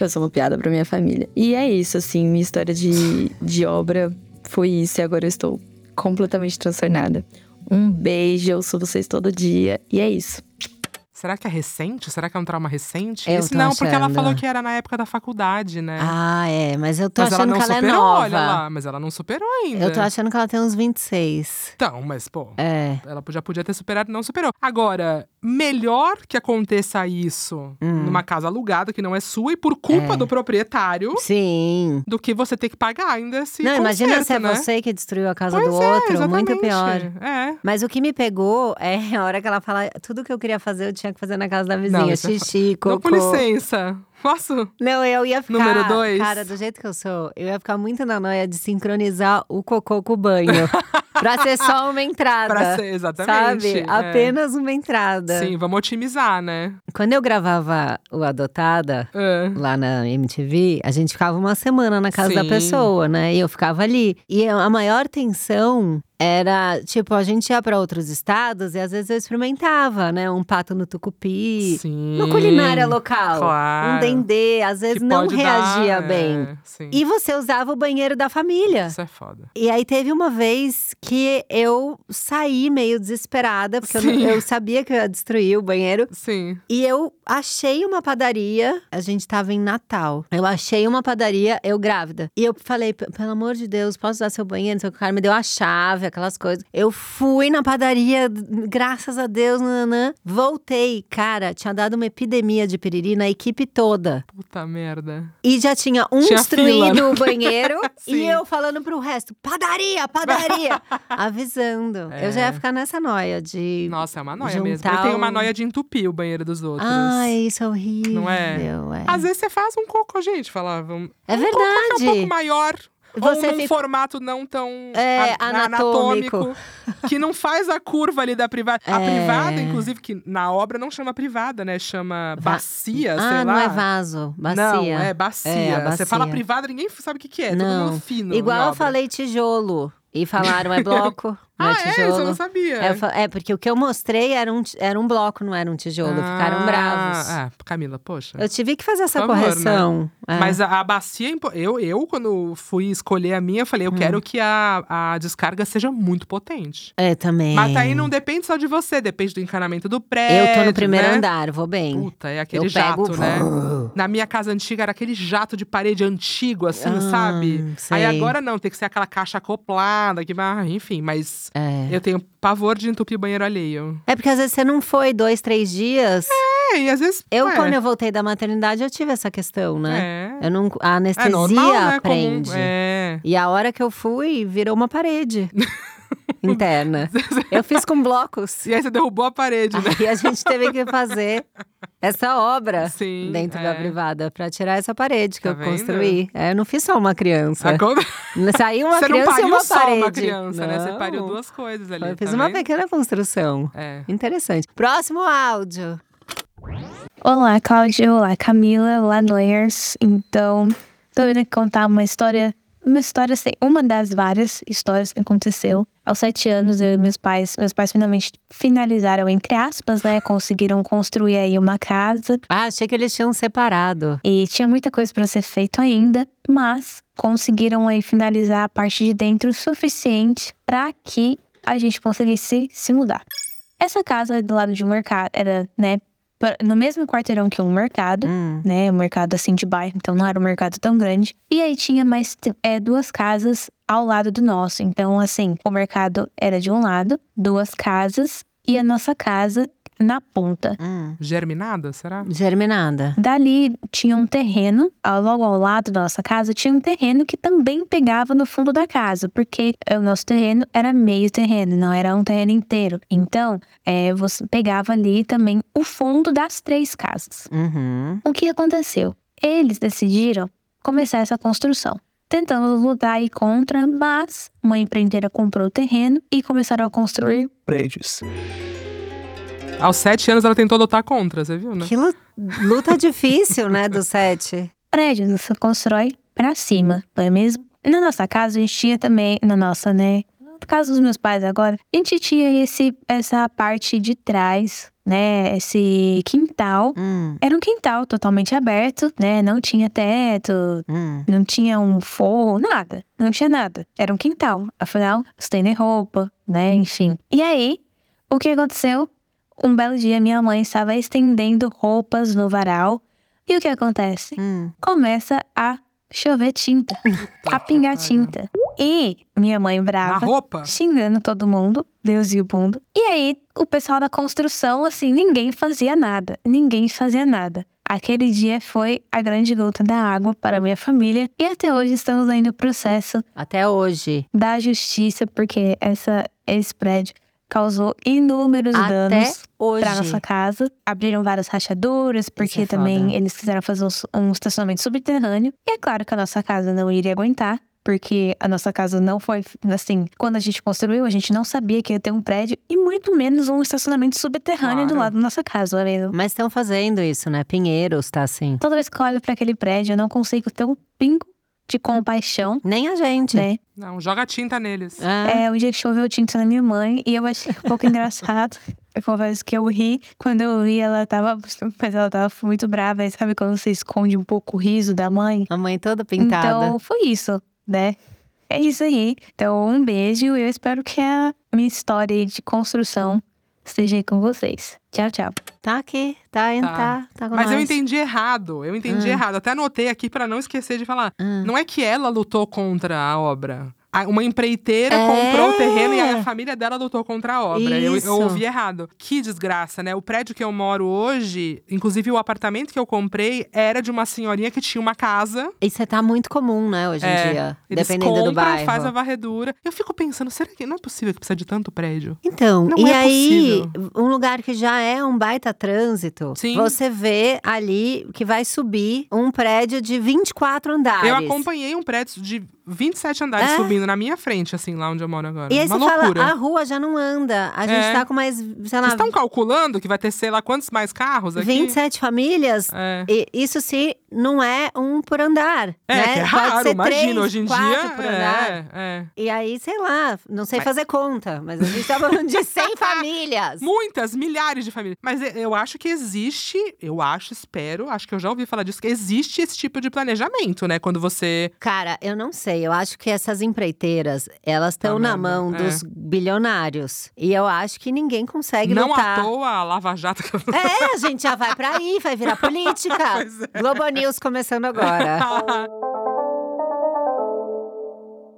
[SPEAKER 4] Eu sou uma piada pra minha família. E é isso, assim, minha história de, de obra foi isso, e agora eu estou completamente transtornada. Um beijo, eu sou vocês todo dia, e é isso.
[SPEAKER 2] Será que é recente? Será que é um trauma recente?
[SPEAKER 1] Eu
[SPEAKER 2] Esse
[SPEAKER 1] tô
[SPEAKER 2] não, porque ela
[SPEAKER 1] achando.
[SPEAKER 2] falou que era na época da faculdade, né?
[SPEAKER 1] Ah, é, mas eu tô
[SPEAKER 2] mas ela
[SPEAKER 1] achando
[SPEAKER 2] não
[SPEAKER 1] que ela é
[SPEAKER 2] superou,
[SPEAKER 1] nova.
[SPEAKER 2] olha lá. Mas ela não superou ainda.
[SPEAKER 1] Eu tô achando que ela tem uns 26.
[SPEAKER 2] Então, mas pô,
[SPEAKER 1] É.
[SPEAKER 2] ela já podia ter superado, não superou. Agora, melhor que aconteça isso
[SPEAKER 1] Hum.
[SPEAKER 2] numa casa alugada que não é sua e por culpa
[SPEAKER 1] É.
[SPEAKER 2] do proprietário
[SPEAKER 1] Sim.
[SPEAKER 2] do que você ter que pagar ainda esse
[SPEAKER 1] não, imagina se é
[SPEAKER 2] conserto, né?
[SPEAKER 1] você que destruiu a casa
[SPEAKER 2] Pois
[SPEAKER 1] do
[SPEAKER 2] é,
[SPEAKER 1] outro, muito
[SPEAKER 2] exatamente.
[SPEAKER 1] pior.
[SPEAKER 2] É.
[SPEAKER 1] Mas o que me pegou é a hora que ela fala: tudo que eu queria fazer eu tinha que fazer na casa da vizinha.
[SPEAKER 2] isso é
[SPEAKER 1] Xixi,
[SPEAKER 2] Não,
[SPEAKER 1] cocô.
[SPEAKER 2] com licença. Posso?
[SPEAKER 1] Não, eu ia ficar.
[SPEAKER 2] Número dois.
[SPEAKER 1] Cara, do jeito que eu sou, eu ia ficar muito na noia de sincronizar o cocô com o banho. pra ser só uma entrada.
[SPEAKER 2] Pra ser, exatamente.
[SPEAKER 1] Sabe?
[SPEAKER 2] é.
[SPEAKER 1] Apenas uma entrada.
[SPEAKER 2] Sim, vamos otimizar, né?
[SPEAKER 1] Quando eu gravava o Adotada,
[SPEAKER 2] É.
[SPEAKER 1] lá na MTV, a gente ficava uma semana na casa da
[SPEAKER 2] Sim.
[SPEAKER 1] pessoa, né? E eu ficava ali. E a maior tensão era, tipo, a gente ia pra outros estados e às vezes eu experimentava, né? Um pato no tucupi.
[SPEAKER 2] Sim.
[SPEAKER 1] No culinária local.
[SPEAKER 2] Claro.
[SPEAKER 1] Um dendê, às vezes
[SPEAKER 2] Que
[SPEAKER 1] não
[SPEAKER 2] pode
[SPEAKER 1] reagia
[SPEAKER 2] dar,
[SPEAKER 1] bem.
[SPEAKER 2] é, sim.
[SPEAKER 1] E você usava o banheiro da família.
[SPEAKER 2] Isso é foda.
[SPEAKER 1] E aí teve uma vez que eu saí meio desesperada, porque eu,
[SPEAKER 2] Sim.
[SPEAKER 1] eu sabia que eu ia destruir o banheiro.
[SPEAKER 2] Sim.
[SPEAKER 1] E eu achei uma padaria. A gente tava em Natal. Eu achei uma padaria, eu grávida. E eu falei, "P- pelo amor de Deus, posso usar seu banheiro? Não sei o que. O cara me deu a chave, aquelas coisas. Eu fui na padaria, graças a Deus, nananã. Voltei. Cara, tinha dado uma epidemia de piriri na equipe toda.
[SPEAKER 2] Puta merda.
[SPEAKER 1] E já tinha um
[SPEAKER 2] Tinha fila,
[SPEAKER 1] destruído
[SPEAKER 2] né?
[SPEAKER 1] o banheiro. e
[SPEAKER 2] Sim.
[SPEAKER 1] eu falando pro resto, padaria, padaria. avisando. Eu já
[SPEAKER 2] É.
[SPEAKER 1] ia ficar nessa noia de…
[SPEAKER 2] Nossa, é uma noia
[SPEAKER 1] Juntar
[SPEAKER 2] mesmo. Eu tenho uma
[SPEAKER 1] um-
[SPEAKER 2] noia de entupir o banheiro dos outros.
[SPEAKER 1] Ai, isso é horrível.
[SPEAKER 2] Não é?
[SPEAKER 1] é.
[SPEAKER 2] Às vezes você faz um cocô, gente, falava. Um
[SPEAKER 1] É
[SPEAKER 2] cocô que é um pouco
[SPEAKER 1] verdade.
[SPEAKER 2] maior.
[SPEAKER 1] Você
[SPEAKER 2] ou num
[SPEAKER 1] fica-
[SPEAKER 2] formato não tão
[SPEAKER 1] É,
[SPEAKER 2] a- na-
[SPEAKER 1] anatômico.
[SPEAKER 2] Que não faz a curva ali da privada. A
[SPEAKER 1] É.
[SPEAKER 2] privada, inclusive, que na obra não chama privada, né? Chama
[SPEAKER 1] Va-
[SPEAKER 2] bacia,
[SPEAKER 1] ah,
[SPEAKER 2] sei lá.
[SPEAKER 1] não é vaso, bacia.
[SPEAKER 2] Não, é bacia.
[SPEAKER 1] É, a
[SPEAKER 2] Você fala
[SPEAKER 1] bacia.
[SPEAKER 2] privada, ninguém sabe o que, que é.
[SPEAKER 1] Não.
[SPEAKER 2] Todo mundo fino. na
[SPEAKER 1] Igual eu
[SPEAKER 2] obra.
[SPEAKER 1] falei tijolo. E falaram, é bloco, não
[SPEAKER 2] Ah,
[SPEAKER 1] é
[SPEAKER 2] é? Isso eu
[SPEAKER 1] tijolo.
[SPEAKER 2] não sabia.
[SPEAKER 1] É, eu fa- é, porque o que eu mostrei era um, ti- era um bloco, não era um tijolo. Ficaram
[SPEAKER 2] Ah,
[SPEAKER 1] bravos.
[SPEAKER 2] Ah, Camila, poxa.
[SPEAKER 1] Eu tive que fazer essa
[SPEAKER 2] Por favor, né?
[SPEAKER 1] correção. é.
[SPEAKER 2] Mas a, a bacia, é impo- eu, eu, quando fui escolher a minha, eu falei, eu
[SPEAKER 1] Hum.
[SPEAKER 2] quero que a, a descarga seja muito potente.
[SPEAKER 1] É, também.
[SPEAKER 2] Mas tá aí não depende só de você, depende do encanamento do prédio.
[SPEAKER 1] Eu tô no primeiro
[SPEAKER 2] né?
[SPEAKER 1] andar, vou bem.
[SPEAKER 2] Puta, é aquele
[SPEAKER 1] eu
[SPEAKER 2] jato,
[SPEAKER 1] pego.
[SPEAKER 2] né? Na minha casa antiga era aquele jato de parede antigo, assim,
[SPEAKER 1] Ah,
[SPEAKER 2] sabe?
[SPEAKER 1] sei.
[SPEAKER 2] Aí agora não, tem que ser aquela caixa acoplada, que, ah, enfim, mas
[SPEAKER 1] É.
[SPEAKER 2] eu tenho pavor de entupir banheiro alheio.
[SPEAKER 1] É porque às vezes você não foi dois, três dias.
[SPEAKER 2] É, e às vezes.
[SPEAKER 1] Eu,
[SPEAKER 2] ué,
[SPEAKER 1] quando eu voltei da maternidade, eu tive essa questão, né?
[SPEAKER 2] É.
[SPEAKER 1] Eu não, a
[SPEAKER 2] É
[SPEAKER 1] anestesia
[SPEAKER 2] normal, né? Comum.
[SPEAKER 1] prende.
[SPEAKER 2] É.
[SPEAKER 1] E a hora que eu fui, virou uma parede É, interna. Eu fiz com blocos.
[SPEAKER 2] E aí você derrubou a parede, né?
[SPEAKER 1] Aí a gente teve que fazer essa obra
[SPEAKER 2] Sim.
[SPEAKER 1] dentro
[SPEAKER 2] é.
[SPEAKER 1] da privada para tirar essa parede que
[SPEAKER 2] Tá
[SPEAKER 1] eu
[SPEAKER 2] vendo?
[SPEAKER 1] construí. É, eu não fiz só uma criança.
[SPEAKER 2] Agora-
[SPEAKER 1] Saiu uma
[SPEAKER 2] você não
[SPEAKER 1] criança
[SPEAKER 2] pariu
[SPEAKER 1] e uma
[SPEAKER 2] só
[SPEAKER 1] parede.
[SPEAKER 2] uma criança, né? Você
[SPEAKER 1] Não.
[SPEAKER 2] pariu duas coisas ali. tá
[SPEAKER 1] Eu fiz uma
[SPEAKER 2] vendo?
[SPEAKER 1] pequena construção.
[SPEAKER 2] É.
[SPEAKER 1] Interessante. Próximo áudio.
[SPEAKER 6] Olá, Cláudia. Olá, Camila. Olá, Noirs. Então, tô indo contar uma história. Uma história, assim, uma das várias histórias que aconteceu. Aos sete anos, eu e meus pais, meus pais finalmente finalizaram, entre aspas, né? Conseguiram construir aí uma casa.
[SPEAKER 1] Ah, achei que eles tinham separado.
[SPEAKER 6] E tinha muita coisa para ser feito ainda, mas conseguiram aí finalizar a parte de dentro o suficiente para que a gente conseguisse se mudar. Essa casa do lado de um mercado era, né, pra- no mesmo quarteirão que um mercado,
[SPEAKER 1] Hum.
[SPEAKER 6] né, um mercado assim de bairro, então não era um mercado tão grande. E aí tinha mais t- é, duas casas ao lado do nosso, então assim, o mercado era de um lado, duas casas e a nossa casa na ponta.
[SPEAKER 1] hum.
[SPEAKER 2] Germinada, será?
[SPEAKER 1] Germinada.
[SPEAKER 6] Dali tinha um terreno, ah, logo ao lado da nossa casa, tinha um terreno que também pegava no fundo da casa, porque eh, o nosso terreno era meio terreno, não era um terreno inteiro. Então, eh, você pegava ali também o fundo das três casas.
[SPEAKER 1] Uhum.
[SPEAKER 6] O que aconteceu? Eles decidiram começar essa construção, tentando lutar aí contra, mas uma empreiteira comprou o terreno e começaram a construir
[SPEAKER 8] Prédios.
[SPEAKER 2] Aos sete anos ela tentou lutar contra, você viu, né?
[SPEAKER 1] Que lu- luta difícil, né, do sete.
[SPEAKER 6] prédios, você constrói pra cima, não é mesmo? E na nossa casa, a gente tinha também, na nossa, né? Por causa dos meus pais agora, a gente tinha esse, essa parte de trás, né? Esse quintal.
[SPEAKER 1] Hum,
[SPEAKER 6] Era um quintal totalmente aberto, né? Não tinha teto,
[SPEAKER 1] hum.
[SPEAKER 6] não tinha um forro, nada. Não tinha nada. Era um quintal. Afinal, estender roupa, né? Enfim. E aí, o que aconteceu? Um belo dia, minha mãe estava estendendo roupas no varal. E o que acontece?
[SPEAKER 1] Hum.
[SPEAKER 6] Começa a chover tinta, a pingar tinta. E minha mãe
[SPEAKER 2] Na
[SPEAKER 6] brava,
[SPEAKER 2] roupa?
[SPEAKER 6] xingando todo mundo, Deus e o mundo. E aí, o pessoal da construção, assim, ninguém fazia nada. Ninguém fazia nada. Aquele dia foi a grande luta da água para minha família. E até hoje estamos aí no processo
[SPEAKER 1] Até hoje.
[SPEAKER 6] da justiça, porque essa, esse prédio causou inúmeros
[SPEAKER 1] Até
[SPEAKER 6] danos
[SPEAKER 1] hoje.
[SPEAKER 6] pra nossa casa. Abriram várias rachaduras, porque
[SPEAKER 1] é
[SPEAKER 6] também
[SPEAKER 1] foda.
[SPEAKER 6] eles quiseram fazer um, su- um estacionamento subterrâneo. E é claro que a nossa casa não iria aguentar. Porque a nossa casa não foi, assim, quando a gente construiu, a gente não sabia que ia ter um prédio e muito menos um estacionamento subterrâneo do
[SPEAKER 2] Claro.
[SPEAKER 6] lado da nossa
[SPEAKER 1] né,
[SPEAKER 6] casa, não é mesmo?
[SPEAKER 1] Mas estão fazendo isso, né? Pinheiros tá assim.
[SPEAKER 6] Toda vez que eu olho pra aquele prédio, eu não consigo ter um pingo de compaixão,
[SPEAKER 1] Nem a gente.
[SPEAKER 6] né?
[SPEAKER 2] Não, joga tinta neles.
[SPEAKER 1] Ah,
[SPEAKER 6] É, um dia que choveu tinta na minha mãe e eu achei um pouco engraçado. Eu confesso que eu ri. Quando eu ri, ela tava. Mas ela tava muito brava. E sabe quando você esconde um pouco o riso da mãe?
[SPEAKER 1] A mãe toda pintada.
[SPEAKER 6] Então, foi isso, né? É isso aí. Então, um beijo e eu espero que a minha história aí de construção esteja aí com vocês. Tchau, tchau.
[SPEAKER 1] Tá aqui, tá, hein, tá. tá com
[SPEAKER 2] Mas eu
[SPEAKER 1] nós.
[SPEAKER 2] entendi errado. Eu entendi
[SPEAKER 1] Ah.
[SPEAKER 2] errado. Até anotei aqui pra não esquecer de falar.
[SPEAKER 1] Ah.
[SPEAKER 2] Não é que ela lutou contra a obra. A- Uma empreiteira
[SPEAKER 1] É.
[SPEAKER 2] comprou o terreno e a família dela lutou contra a obra. Eu,
[SPEAKER 1] Isso.
[SPEAKER 2] eu ouvi errado. Que desgraça, né? O prédio que eu moro hoje, inclusive o apartamento que eu comprei, era de uma senhorinha que tinha uma casa.
[SPEAKER 1] Isso tá muito comum, né, hoje em
[SPEAKER 2] É,
[SPEAKER 1] dia.
[SPEAKER 2] Eles
[SPEAKER 1] Dependendo
[SPEAKER 2] compram,
[SPEAKER 1] do bairro.
[SPEAKER 2] faz a varredura. Eu fico pensando, será que não é possível que precisa de tanto prédio?
[SPEAKER 1] Então,
[SPEAKER 2] Não
[SPEAKER 1] e
[SPEAKER 2] é
[SPEAKER 1] aí, um lugar que já é um baita trânsito,
[SPEAKER 2] Sim.
[SPEAKER 1] você vê ali que vai subir um prédio de 24 andares.
[SPEAKER 2] Eu acompanhei um prédio de 27 andares
[SPEAKER 1] É.
[SPEAKER 2] subindo na minha frente, assim, lá onde eu moro agora.
[SPEAKER 1] E aí
[SPEAKER 2] uma
[SPEAKER 1] você
[SPEAKER 2] loucura.
[SPEAKER 1] fala, a rua já não anda. A gente
[SPEAKER 2] É.
[SPEAKER 1] tá com mais, sei lá, né?
[SPEAKER 2] Vocês estão calculando que vai ter, sei lá, quantos mais carros aqui?
[SPEAKER 1] 27 famílias.
[SPEAKER 2] É.
[SPEAKER 1] E isso se não é um por andar.
[SPEAKER 2] É,
[SPEAKER 1] né?
[SPEAKER 2] que é
[SPEAKER 1] Pode
[SPEAKER 2] raro,
[SPEAKER 1] ser
[SPEAKER 2] imagina,
[SPEAKER 1] três,
[SPEAKER 2] hoje em
[SPEAKER 1] quatro
[SPEAKER 2] dia.
[SPEAKER 1] por andar.
[SPEAKER 2] é, é.
[SPEAKER 1] E aí, sei lá, não sei
[SPEAKER 2] Mas-
[SPEAKER 1] fazer conta, mas a gente tá falando de 100 famílias.
[SPEAKER 2] Muitas, milhares de famílias. Mas e- eu acho que existe, eu acho, espero, acho que eu já ouvi falar disso, que existe esse tipo de planejamento, né? Quando você.
[SPEAKER 1] Cara, eu não sei. Eu acho que essas empreiteiras, elas estão
[SPEAKER 2] Tá
[SPEAKER 1] na
[SPEAKER 2] merda,
[SPEAKER 1] mão
[SPEAKER 2] é.
[SPEAKER 1] dos bilionários. E eu acho que ninguém consegue
[SPEAKER 2] não
[SPEAKER 1] lutar.
[SPEAKER 2] à toa a Lava Jato. que eu-
[SPEAKER 1] É, a gente já vai pra aí, vai virar política.
[SPEAKER 2] Pois é.
[SPEAKER 1] Globo News começando agora.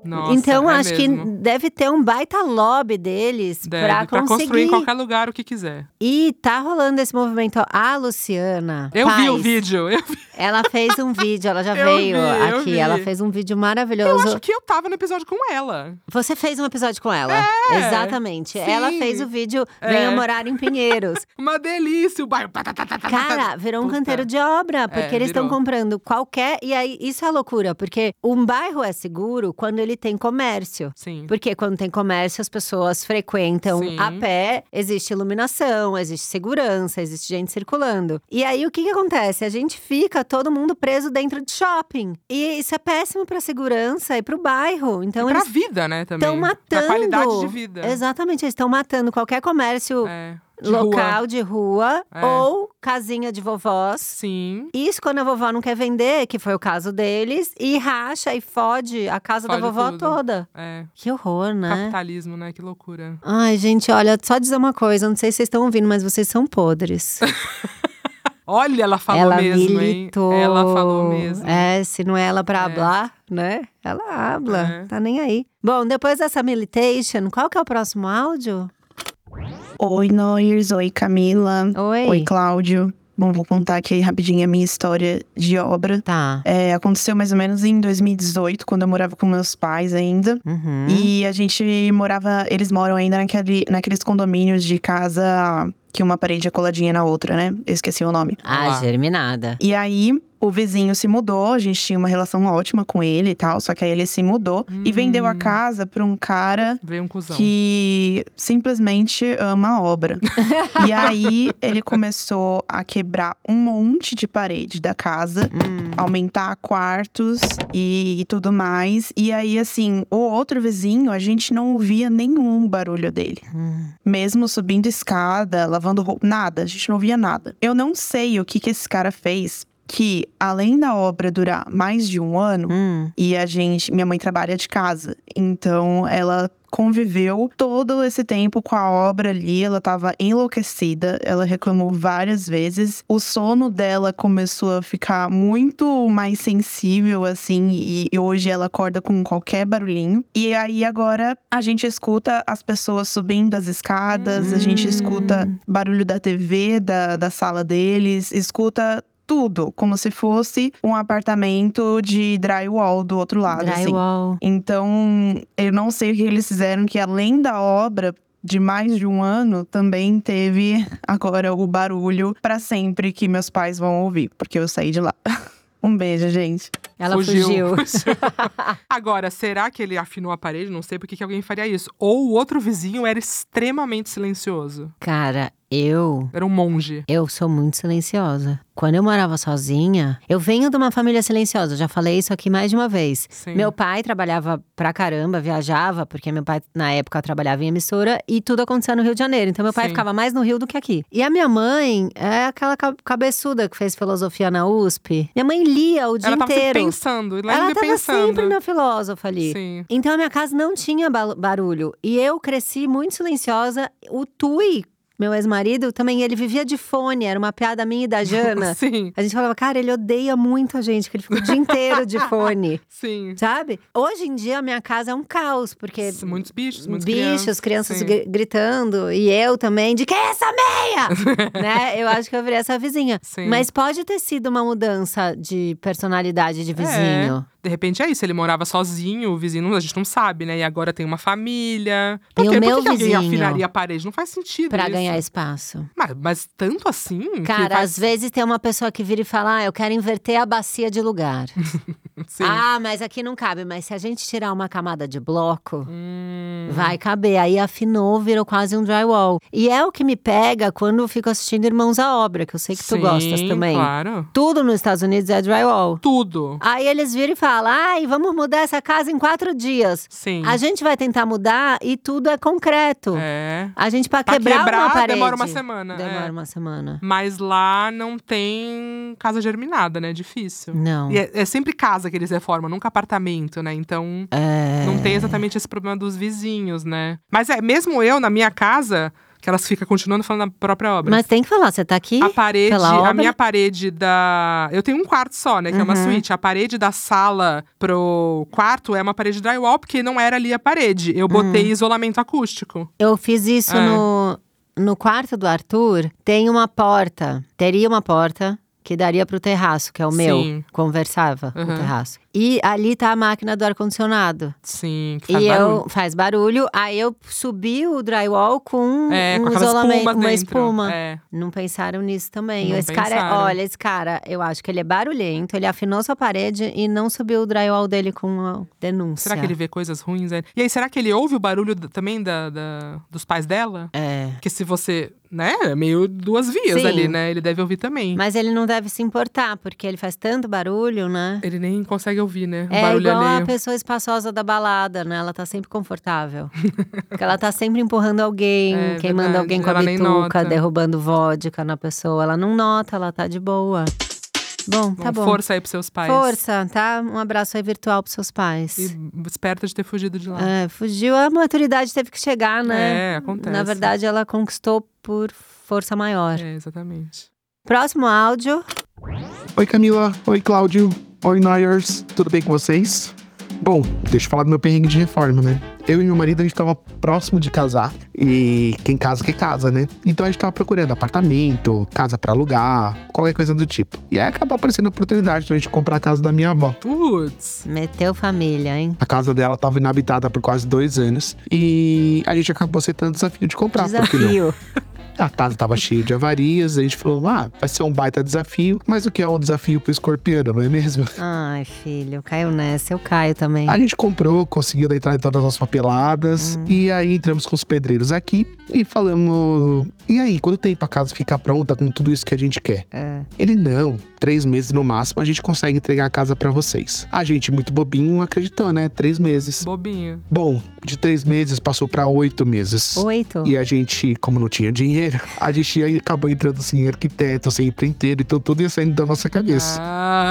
[SPEAKER 2] Nossa,
[SPEAKER 1] então,
[SPEAKER 2] é
[SPEAKER 1] acho que
[SPEAKER 2] mesmo.
[SPEAKER 1] deve ter um baita lobby deles
[SPEAKER 2] Deve,
[SPEAKER 1] pra
[SPEAKER 2] pra construir
[SPEAKER 1] conseguir.
[SPEAKER 2] em qualquer lugar o que quiser.
[SPEAKER 1] E tá rolando esse movimento. A Luciana.
[SPEAKER 2] Eu vi o
[SPEAKER 1] Paes,
[SPEAKER 2] vídeo. Eu,
[SPEAKER 1] Ela fez um vídeo, ela já
[SPEAKER 2] Eu
[SPEAKER 1] veio
[SPEAKER 2] vi, eu
[SPEAKER 1] aqui.
[SPEAKER 2] vi.
[SPEAKER 1] Ela fez um vídeo
[SPEAKER 2] eu
[SPEAKER 1] maravilhoso.
[SPEAKER 2] acho que eu tava no episódio com ela. É.
[SPEAKER 1] Você fez um episódio com ela. Exatamente.
[SPEAKER 2] sim.
[SPEAKER 1] Ela fez o vídeo
[SPEAKER 2] É.
[SPEAKER 1] Venha Morar em Pinheiros.
[SPEAKER 2] Uma delícia, o bairro. tá, tá, tá, tá, tá, tá.
[SPEAKER 1] Cara, virou um
[SPEAKER 2] Puta.
[SPEAKER 1] canteiro de obra, porque
[SPEAKER 2] É,
[SPEAKER 1] eles estão
[SPEAKER 2] virou.
[SPEAKER 1] comprando qualquer. E aí, isso é loucura, porque um bairro é seguro quando ele tem comércio.
[SPEAKER 2] Sim.
[SPEAKER 1] Porque quando tem comércio, as pessoas frequentam
[SPEAKER 2] Sim.
[SPEAKER 1] a pé, existe iluminação, existe segurança, existe gente circulando. E aí o que, que acontece? A gente fica todo mundo preso dentro de shopping. E isso é péssimo pra segurança e pro bairro. Então
[SPEAKER 2] e pra
[SPEAKER 1] eles
[SPEAKER 2] vida, né, também.
[SPEAKER 1] estão matando.
[SPEAKER 2] Pra qualidade de vida.
[SPEAKER 1] Exatamente, eles estão matando qualquer comércio
[SPEAKER 2] É, de
[SPEAKER 1] local
[SPEAKER 2] rua.
[SPEAKER 1] de rua
[SPEAKER 2] É.
[SPEAKER 1] ou casinha de vovós.
[SPEAKER 2] Sim.
[SPEAKER 1] Isso quando a vovó não quer vender, que foi o caso deles, e racha e fode a casa
[SPEAKER 2] Fode
[SPEAKER 1] da vovó
[SPEAKER 2] tudo.
[SPEAKER 1] toda.
[SPEAKER 2] É.
[SPEAKER 1] Que horror, né?
[SPEAKER 2] Capitalismo, né? Que loucura.
[SPEAKER 1] Ai, gente, olha, só dizer uma coisa, eu não sei se vocês estão ouvindo, mas vocês são podres.
[SPEAKER 2] Olha, ela falou
[SPEAKER 1] ela
[SPEAKER 2] mesmo,
[SPEAKER 1] militou.
[SPEAKER 2] hein? Ela falou mesmo.
[SPEAKER 1] É, se não é ela pra
[SPEAKER 2] É.
[SPEAKER 1] hablar, né? Ela habla,
[SPEAKER 2] É.
[SPEAKER 1] tá nem aí. Bom, depois dessa militation, qual que é o próximo áudio?
[SPEAKER 9] Oi, Noyers. Oi, Camila.
[SPEAKER 1] Oi.
[SPEAKER 9] Oi, Cláudio. Bom, vou contar aqui rapidinho a minha história de obra.
[SPEAKER 1] Tá.
[SPEAKER 9] É, aconteceu mais ou menos em 2018, quando eu morava com meus pais ainda.
[SPEAKER 1] Uhum.
[SPEAKER 9] E a gente morava. Eles moram ainda naquele, naqueles condomínios de casa que uma parede é coladinha na outra, né? Eu esqueci o nome.
[SPEAKER 1] Ah,
[SPEAKER 2] Olá.
[SPEAKER 1] germinada.
[SPEAKER 9] E aí, o vizinho se mudou, a gente tinha uma relação ótima com ele e tal, só que aí ele se mudou e vendeu a
[SPEAKER 2] Hum.
[SPEAKER 9] casa pra um cara
[SPEAKER 2] Veio um cuzão.
[SPEAKER 9] que simplesmente ama a obra. e aí ele começou a quebrar um monte de parede da casa,
[SPEAKER 1] Hum.
[SPEAKER 9] aumentar quartos e, tudo mais. E aí, assim, o outro vizinho, a gente não ouvia nenhum barulho dele.
[SPEAKER 1] Hum.
[SPEAKER 9] Mesmo subindo escada, lavando roupa, nada, a gente não ouvia nada. Eu não sei o que, que esse cara fez. Que além da obra durar mais de um ano,
[SPEAKER 1] Hum.
[SPEAKER 9] e a gente, minha mãe trabalha de casa, então ela conviveu todo esse tempo com a obra ali, ela tava enlouquecida, ela reclamou várias vezes. O sono dela começou a ficar muito mais sensível, assim, e, e hoje ela acorda com qualquer barulhinho. E aí agora a gente escuta as pessoas subindo as escadas, a gente
[SPEAKER 1] Hum.
[SPEAKER 9] escuta barulho da TV, da, da sala deles, escuta. Tudo, como se fosse um apartamento de drywall do outro lado. assim.
[SPEAKER 1] Drywall.
[SPEAKER 9] Então, eu não sei o que eles fizeram, que além da obra de mais de um ano, também teve agora o barulho pra sempre que meus pais vão ouvir, porque eu saí de lá. Um beijo, gente.
[SPEAKER 1] Ela fugiu.
[SPEAKER 2] Agora, será que ele afinou a parede? Não sei por que que alguém faria isso. Ou o outro vizinho era extremamente silencioso.
[SPEAKER 1] Cara, eu
[SPEAKER 2] Era um monge.
[SPEAKER 1] Eu sou muito silenciosa. Quando eu morava sozinha, eu venho de uma família silenciosa, já falei isso aqui mais de uma vez.
[SPEAKER 2] Sim.
[SPEAKER 1] Meu pai trabalhava pra caramba, viajava, porque meu pai, na época, trabalhava em emissora e tudo acontecia no Rio de Janeiro. Então, meu pai
[SPEAKER 2] Sim.
[SPEAKER 1] ficava mais no Rio do que aqui. E a minha mãe é aquela ca- cabeçuda que fez filosofia na USP. Minha mãe lia o dia
[SPEAKER 2] Ela tava sempre
[SPEAKER 1] inteiro.
[SPEAKER 2] pensando, lá
[SPEAKER 1] Ela
[SPEAKER 2] ainda
[SPEAKER 1] tava
[SPEAKER 2] pensando.
[SPEAKER 1] sempre na filósofa ali.
[SPEAKER 2] Sim.
[SPEAKER 1] Então a minha casa não tinha ba- barulho. E eu cresci muito silenciosa. O Tui, meu ex-marido, também ele vivia de fone, era uma piada minha e da Jana.
[SPEAKER 2] Sim,
[SPEAKER 1] A gente falava, cara, ele odeia muito a gente, que ele fica o dia inteiro de fone,
[SPEAKER 2] sim.
[SPEAKER 1] sabe? Hoje em dia, a minha casa é um caos, porque
[SPEAKER 2] S- Muitos bichos, muitos
[SPEAKER 1] bichos, crianças
[SPEAKER 2] sim.
[SPEAKER 1] gri- gritando, e eu também, de que é essa meia? né? Eu acho que eu virei essa vizinha.
[SPEAKER 2] Sim.
[SPEAKER 1] Mas pode ter sido uma mudança de personalidade de vizinho.
[SPEAKER 2] É, De repente é isso, ele morava sozinho, o vizinho, não- a gente não sabe, né? E agora tem uma família.
[SPEAKER 1] E
[SPEAKER 2] Por
[SPEAKER 1] o
[SPEAKER 2] quê? Por
[SPEAKER 1] meu
[SPEAKER 2] que que alguém
[SPEAKER 1] vizinho?
[SPEAKER 2] afinaria a parede? Não faz sentido
[SPEAKER 1] Pra
[SPEAKER 2] isso.
[SPEAKER 1] ganhar espaço.
[SPEAKER 2] Mas, mas tanto assim? que
[SPEAKER 1] Cara,
[SPEAKER 2] vai...
[SPEAKER 1] às vezes tem uma pessoa que vira e fala: ah, eu quero inverter a bacia de lugar.
[SPEAKER 2] Sim.
[SPEAKER 1] Ah, mas aqui não cabe. Mas se a gente tirar uma camada de bloco,
[SPEAKER 2] Hum,
[SPEAKER 1] vai caber. Aí afinou, virou quase um drywall. E é o que me pega quando eu fico assistindo Irmãos à Obra, que eu sei que tu
[SPEAKER 2] sim,
[SPEAKER 1] gostas também.
[SPEAKER 2] claro.
[SPEAKER 1] Tudo nos Estados Unidos é drywall.
[SPEAKER 2] Tudo.
[SPEAKER 1] Aí eles viram e falam: ai, vamos mudar essa casa em quatro dias.
[SPEAKER 2] Sim.
[SPEAKER 1] A gente vai tentar mudar e tudo é concreto.
[SPEAKER 2] É.
[SPEAKER 1] A gente, pra
[SPEAKER 2] Pra
[SPEAKER 1] quebrar, uma parede.
[SPEAKER 2] demora uma semana. é.
[SPEAKER 1] Demora uma semana.
[SPEAKER 2] Mas lá não tem casa germinada, né? É difícil.
[SPEAKER 1] Não.
[SPEAKER 2] E é, é sempre casa que eles reformam, nunca apartamento, né? Então
[SPEAKER 1] É.
[SPEAKER 2] não tem exatamente esse problema dos vizinhos, né? Mas é, mesmo eu, na minha casa, que elas ficam continuando falando da própria obra.
[SPEAKER 1] Mas tem que falar, você tá aqui?
[SPEAKER 2] a parede,
[SPEAKER 1] pela
[SPEAKER 2] a
[SPEAKER 1] obra?
[SPEAKER 2] minha parede da. Eu tenho um quarto só, né? Que é uma
[SPEAKER 1] Uhum.
[SPEAKER 2] suíte. A parede da sala pro quarto é uma parede drywall, porque não era ali a parede. Eu botei
[SPEAKER 1] Hum.
[SPEAKER 2] isolamento acústico.
[SPEAKER 1] Eu fiz isso
[SPEAKER 2] É.
[SPEAKER 1] no, no quarto do Arthur. Tem uma porta, teria uma porta que daria pro terraço, que é o meu.
[SPEAKER 2] Sim.
[SPEAKER 1] Conversava o
[SPEAKER 2] Uhum.
[SPEAKER 1] terraço. E ali tá a máquina do ar-condicionado.
[SPEAKER 2] Sim, que faz
[SPEAKER 1] E
[SPEAKER 2] barulho.
[SPEAKER 1] eu faz barulho, aí eu subi o drywall com
[SPEAKER 2] É,
[SPEAKER 1] um
[SPEAKER 2] com aquela
[SPEAKER 1] isolamento,
[SPEAKER 2] espuma
[SPEAKER 1] uma
[SPEAKER 2] dentro.
[SPEAKER 1] espuma.
[SPEAKER 2] É.
[SPEAKER 1] Não pensaram nisso também.
[SPEAKER 2] Não
[SPEAKER 1] esse cara, é,
[SPEAKER 2] pensaram.
[SPEAKER 1] olha, esse cara, eu acho que ele é barulhento, ele afinou sua parede e não subiu o drywall dele com a denúncia.
[SPEAKER 2] Será que ele vê coisas ruins? né? E aí, será que ele ouve o barulho da- também da, da- dos pais dela?
[SPEAKER 1] É.
[SPEAKER 2] Porque se você. Né? É meio duas vias
[SPEAKER 1] Sim.
[SPEAKER 2] ali, né? Ele deve ouvir também.
[SPEAKER 1] Mas ele não deve se importar, porque ele faz tanto barulho, né?
[SPEAKER 2] Ele nem consegue ouvir, né? O
[SPEAKER 1] É
[SPEAKER 2] barulho
[SPEAKER 1] igual
[SPEAKER 2] alheio.
[SPEAKER 1] a pessoa espaçosa da balada, né? Ela tá sempre confortável. Porque ela tá sempre empurrando alguém,
[SPEAKER 2] É,
[SPEAKER 1] queimando
[SPEAKER 2] verdade.
[SPEAKER 1] alguém com
[SPEAKER 2] Ela
[SPEAKER 1] a
[SPEAKER 2] nem
[SPEAKER 1] bituca,
[SPEAKER 2] nota.
[SPEAKER 1] derrubando vodka na pessoa. Ela não nota, ela tá de boa. Bom, tá bom.
[SPEAKER 2] Força aí pros seus pais.
[SPEAKER 1] Força, tá? Um abraço aí virtual pros seus pais.
[SPEAKER 2] E esperta de ter fugido de lá.
[SPEAKER 1] É, fugiu, a maturidade teve que chegar, né?
[SPEAKER 2] É, acontece.
[SPEAKER 1] na verdade, ela conquistou por força maior.
[SPEAKER 2] É, exatamente.
[SPEAKER 1] Próximo áudio.
[SPEAKER 10] Oi Camila, oi Cláudio, oi Noyers, tudo bem com vocês? Bom, deixa eu falar do meu perrengue de reforma, né? Eu e meu marido, a gente tava próximo de casar e quem casa, que casa, né? Então a gente tava procurando apartamento, casa pra alugar, qualquer coisa do tipo. E aí acabou aparecendo a oportunidade de a gente comprar a casa da minha avó.
[SPEAKER 2] Putz.
[SPEAKER 1] Meteu família, hein?
[SPEAKER 10] A casa dela tava inabitada por quase dois anos e a gente acabou aceitando o desafio de comprar, porque não?
[SPEAKER 1] Desafio.
[SPEAKER 10] A casa tava cheia de avarias, a gente falou, ah, vai ser um baita desafio, mas o que é um desafio pro escorpiano, não é mesmo?
[SPEAKER 1] Ai, filho, caiu nessa. Eu caio também.
[SPEAKER 10] A gente comprou, conseguiu entrar em todas as papeladas. E aí entramos com os pedreiros aqui e falamos. E aí, quanto tempo a casa fica pronta com tudo isso que a gente quer?
[SPEAKER 1] É.
[SPEAKER 10] Ele, não, três meses no máximo a gente consegue entregar a casa pra vocês. A gente, muito bobinho, acreditou, né? Três meses.
[SPEAKER 2] Bobinho.
[SPEAKER 10] Bom, de três meses passou pra oito meses.
[SPEAKER 1] Oito?
[SPEAKER 10] E a gente, como não tinha dinheiro, inteiro. A gente ia- acabou entrando assim, em arquiteto, assim, empreiteiro, então tudo ia saindo da nossa cabeça.